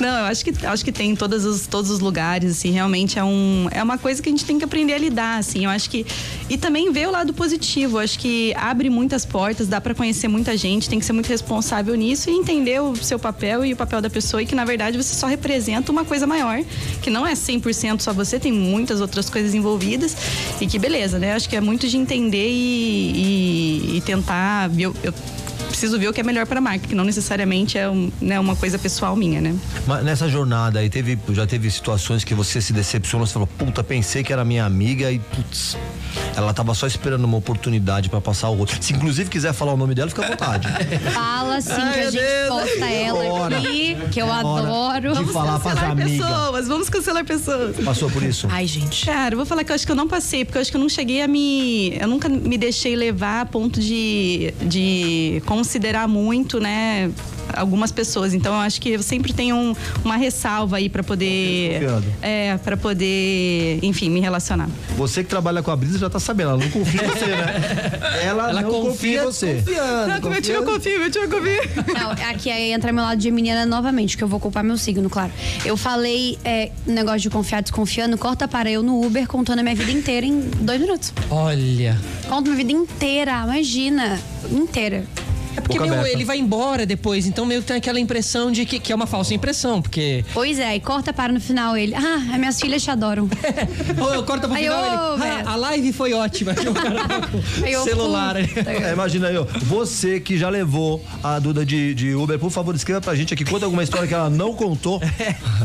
Não, eu acho que, acho que tem em todas os, todos os lugares, assim, realmente é, um, é uma coisa que a gente tem que aprender a lidar, assim, eu acho que, e também ver o lado positivo, eu acho que abre muitas portas, dá pra conhecer muita gente, tem que ser muito responsável nisso e entender o seu papel e o papel da pessoa e que, na verdade, você só representa uma coisa maior, que não é 100% só você, tem muitas outras coisas envolvidas. E que beleza, né? Acho que é muito de entender e, e- e tentar. Eu, eu preciso ver o que é melhor para a marca, que não necessariamente é um- né, uma coisa pessoal minha, né? Mas nessa jornada aí, teve, já teve situações que você se decepcionou, você falou, puta, pensei que era minha amiga e, putz, ela tava só esperando uma oportunidade pra passar o outro. Se inclusive quiser falar o nome dela, fica à *laughs* vontade. Fala sim que a gente posta ela Bora. aqui, que eu Hora adoro. De falar pras cancelar amigas. pessoas, vamos cancelar pessoas. Passou por isso? Ai, gente. Cara, eu vou falar que eu acho que eu não passei, porque eu acho que eu não cheguei a me. Eu nunca me deixei levar a ponto de, de considerar muito, né? Algumas pessoas. Então, eu acho que eu sempre tenho um- uma ressalva aí pra poder. Desconfiado. É, pra poder, enfim, me relacionar. Você que trabalha com a Brisa já tá sabendo, ela não confia em *laughs* você, né? *laughs* Ela, Ela não confia, confia em você. Não, como eu tinha confio, eu tinha confio. *laughs* Não, aqui aí entra meu lado de menina novamente, que eu vou culpar meu signo, claro. Eu falei é, negócio de confiar desconfiando, corta para eu no Uber contando a minha vida inteira em dois minutos. Olha. Conto minha vida inteira, imagina. Inteira. É porque Boca meu, aberta. ele vai embora depois, então meio que tem aquela impressão de que, que é uma falsa impressão, porque. Pois é, e corta para no final ele. Ah, as minhas filhas *laughs* te adoram. Ou eu corto pro Aí, final ô, ele. velho. "Ah, a live foi ótima. Que o cara tá com Aí eu, celular. né? ali. puta. *laughs* É, imagina aí, ó. Você que já levou a Duda de, de Uber, por favor, escreva pra gente aqui. Conta alguma história que ela não *laughs* contou.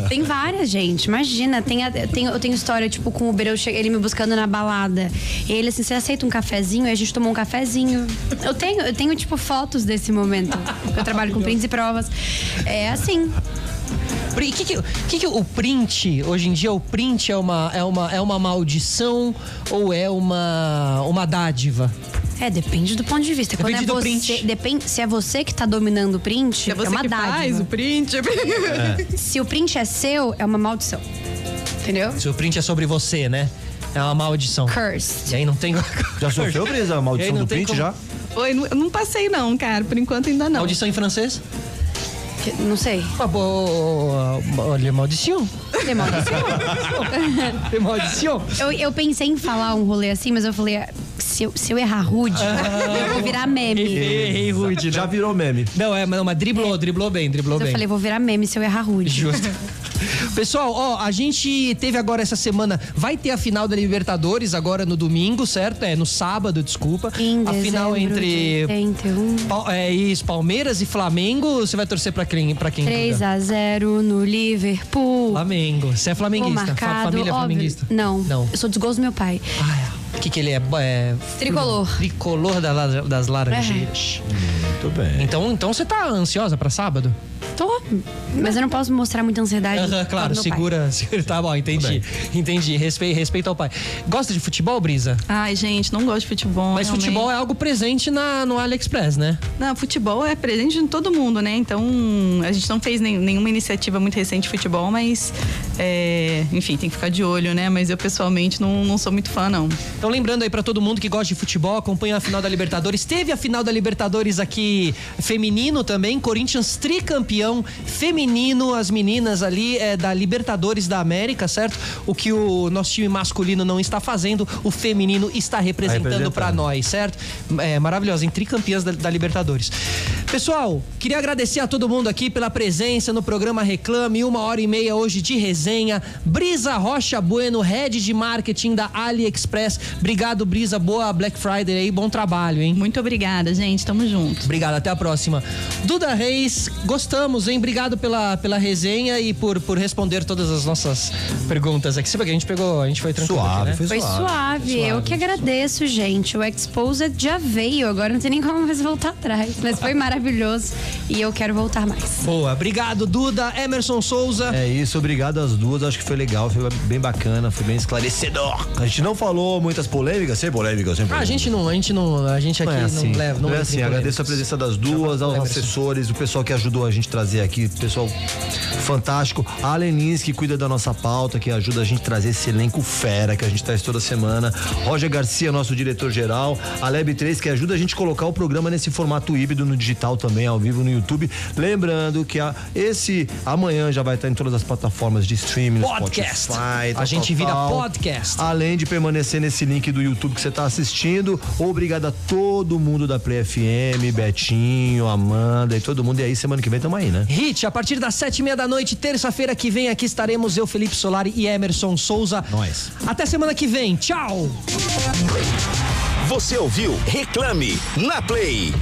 Tem várias, gente. Imagina. Tem, a- tem- eu tenho história, tipo, com o Uber, eu che- ele me buscando na balada. E ele assim, você aceita um cafezinho? E a gente tomou um cafezinho. Eu tenho, eu tenho, tipo, fotos desse momento. Eu trabalho com prints e provas. É assim. Pri- que que- que que o print, hoje em dia, o print é uma, é uma, é uma maldição ou é uma, uma dádiva? É, depende do ponto de vista. Quando Depende é do você, print. Depende, se é você que tá dominando o print, é, É você uma que dádiva. faz o print. *laughs* Se o print é seu, é uma maldição. Entendeu? Se o print é sobre você, né? É uma maldição. Curse. E aí não tem. Já sofreu, Brisa? A E aí maldição não do tem print como- já? Oi, não, eu não passei não, cara. Por enquanto ainda não. Maldição em francês? Que- Não sei. Ah, boa. Olha, *laughs* maldição. Tem maldição? É maldição. Eu, eu pensei em falar um rolê assim, mas eu falei, ah, se eu, se eu errar rude, Ah. eu vou virar meme. Errei rude, Já virou meme. Não, é, não, mas driblou, driblou bem, driblou Mas eu bem. falei, vou virar meme se eu errar rude. Justo. *laughs* Pessoal, ó, a gente teve agora essa semana, vai ter a final da Libertadores agora no domingo, certo? É, no sábado, desculpa. Em a final dezembro entre de 81, Pau- é, isso, Palmeiras e Flamengo, você vai torcer pra quem? Pra quem 3 Duda? a 0 no Liverpool. Flamengo. Você é Gol flamenguista? Fa- marcado, família é óbvio. flamenguista? Não, Não. eu sou desgosto do meu pai. Ah, é. O que que ele é? É, Tricolor. Tricolor da la- das laranjeiras. Muito É. bem. Então, então você tá ansiosa pra sábado? Tô, mas eu não posso mostrar muita ansiedade. Aham, do claro, meu segura, *laughs* segura. Tá bom, entendi. Entendi. Respeito, respeito ao pai. Gosta de futebol, Brisa? Ai, gente, não gosto de futebol. Mas realmente. futebol é algo presente na, no AliExpress, né? Não, futebol é presente em todo mundo, né? Então, a gente não fez nem- nenhuma iniciativa muito recente de futebol, mas, é, enfim, tem que ficar de olho, né? Mas eu, pessoalmente, não, não sou muito fã, não. Então, lembrando aí pra todo mundo que gosta de futebol, acompanha a final da Libertadores. Teve a final da Libertadores aqui feminino também. Corinthians tricampeão feminino, as meninas ali é, da Libertadores da América, certo? O que o nosso time masculino não está fazendo, o feminino está representando representando. pra nós, certo? É maravilhosa, em tricampeãs da, da Libertadores. Pessoal, queria agradecer a todo mundo aqui pela presença no programa Reclame, uma hora e meia hoje de resenha. Brisa Rocha Bueno, head de marketing da AliExpress. Obrigado, Brisa. Boa Black Friday aí, bom trabalho, hein? Muito obrigada, gente. Tamo junto. Obrigado, até a próxima. Duda Reis, gostamos, hein? Obrigado pela, pela resenha e por, por responder todas as nossas perguntas aqui. Sabe que a gente pegou, a gente foi tranquilo. aqui, Suave, né? foi Foi suave. suave. Eu que agradeço, gente. O Exposed já veio, agora não tem nem como mais voltar atrás. Mas foi maravilhoso e eu quero voltar mais. Boa, obrigado, Duda. Emerson Souza. É isso, obrigado às duas. Acho que foi legal, foi bem bacana, foi bem esclarecedor. A gente não falou muitas polêmicas, sem polêmica, sem Ah, polêmica. a gente não, a gente não, a gente aqui Não é assim. não leva, não Não é entra em assim. polêmicas. Agradeço a presença das duas, aos Emerson. assessores, o pessoal que ajudou a gente a trazer aqui, pessoal fantástico. A Alen Lins, que cuida da nossa pauta, que ajuda a gente a trazer esse elenco fera que a gente traz toda semana. Roger Garcia, nosso diretor-geral. A Leb3, que ajuda a gente a colocar o programa nesse formato híbrido no digital também, ao vivo no YouTube. Lembrando que a- esse amanhã já vai estar em todas as plataformas de streaming, no Podcast. Spotify, A gente vira podcast. Além de permanecer nesse link do YouTube que você está assistindo, obrigado a todo mundo da Play FM, Betinho, Amanda e todo mundo. E aí, semana que vem tamo aí, né? Hit, a partir das sete e meia da noite, terça-feira que vem, aqui estaremos eu, Felipe Solari e Emerson Souza. Nós. Até semana que vem. Tchau! Você ouviu Reclame na Play.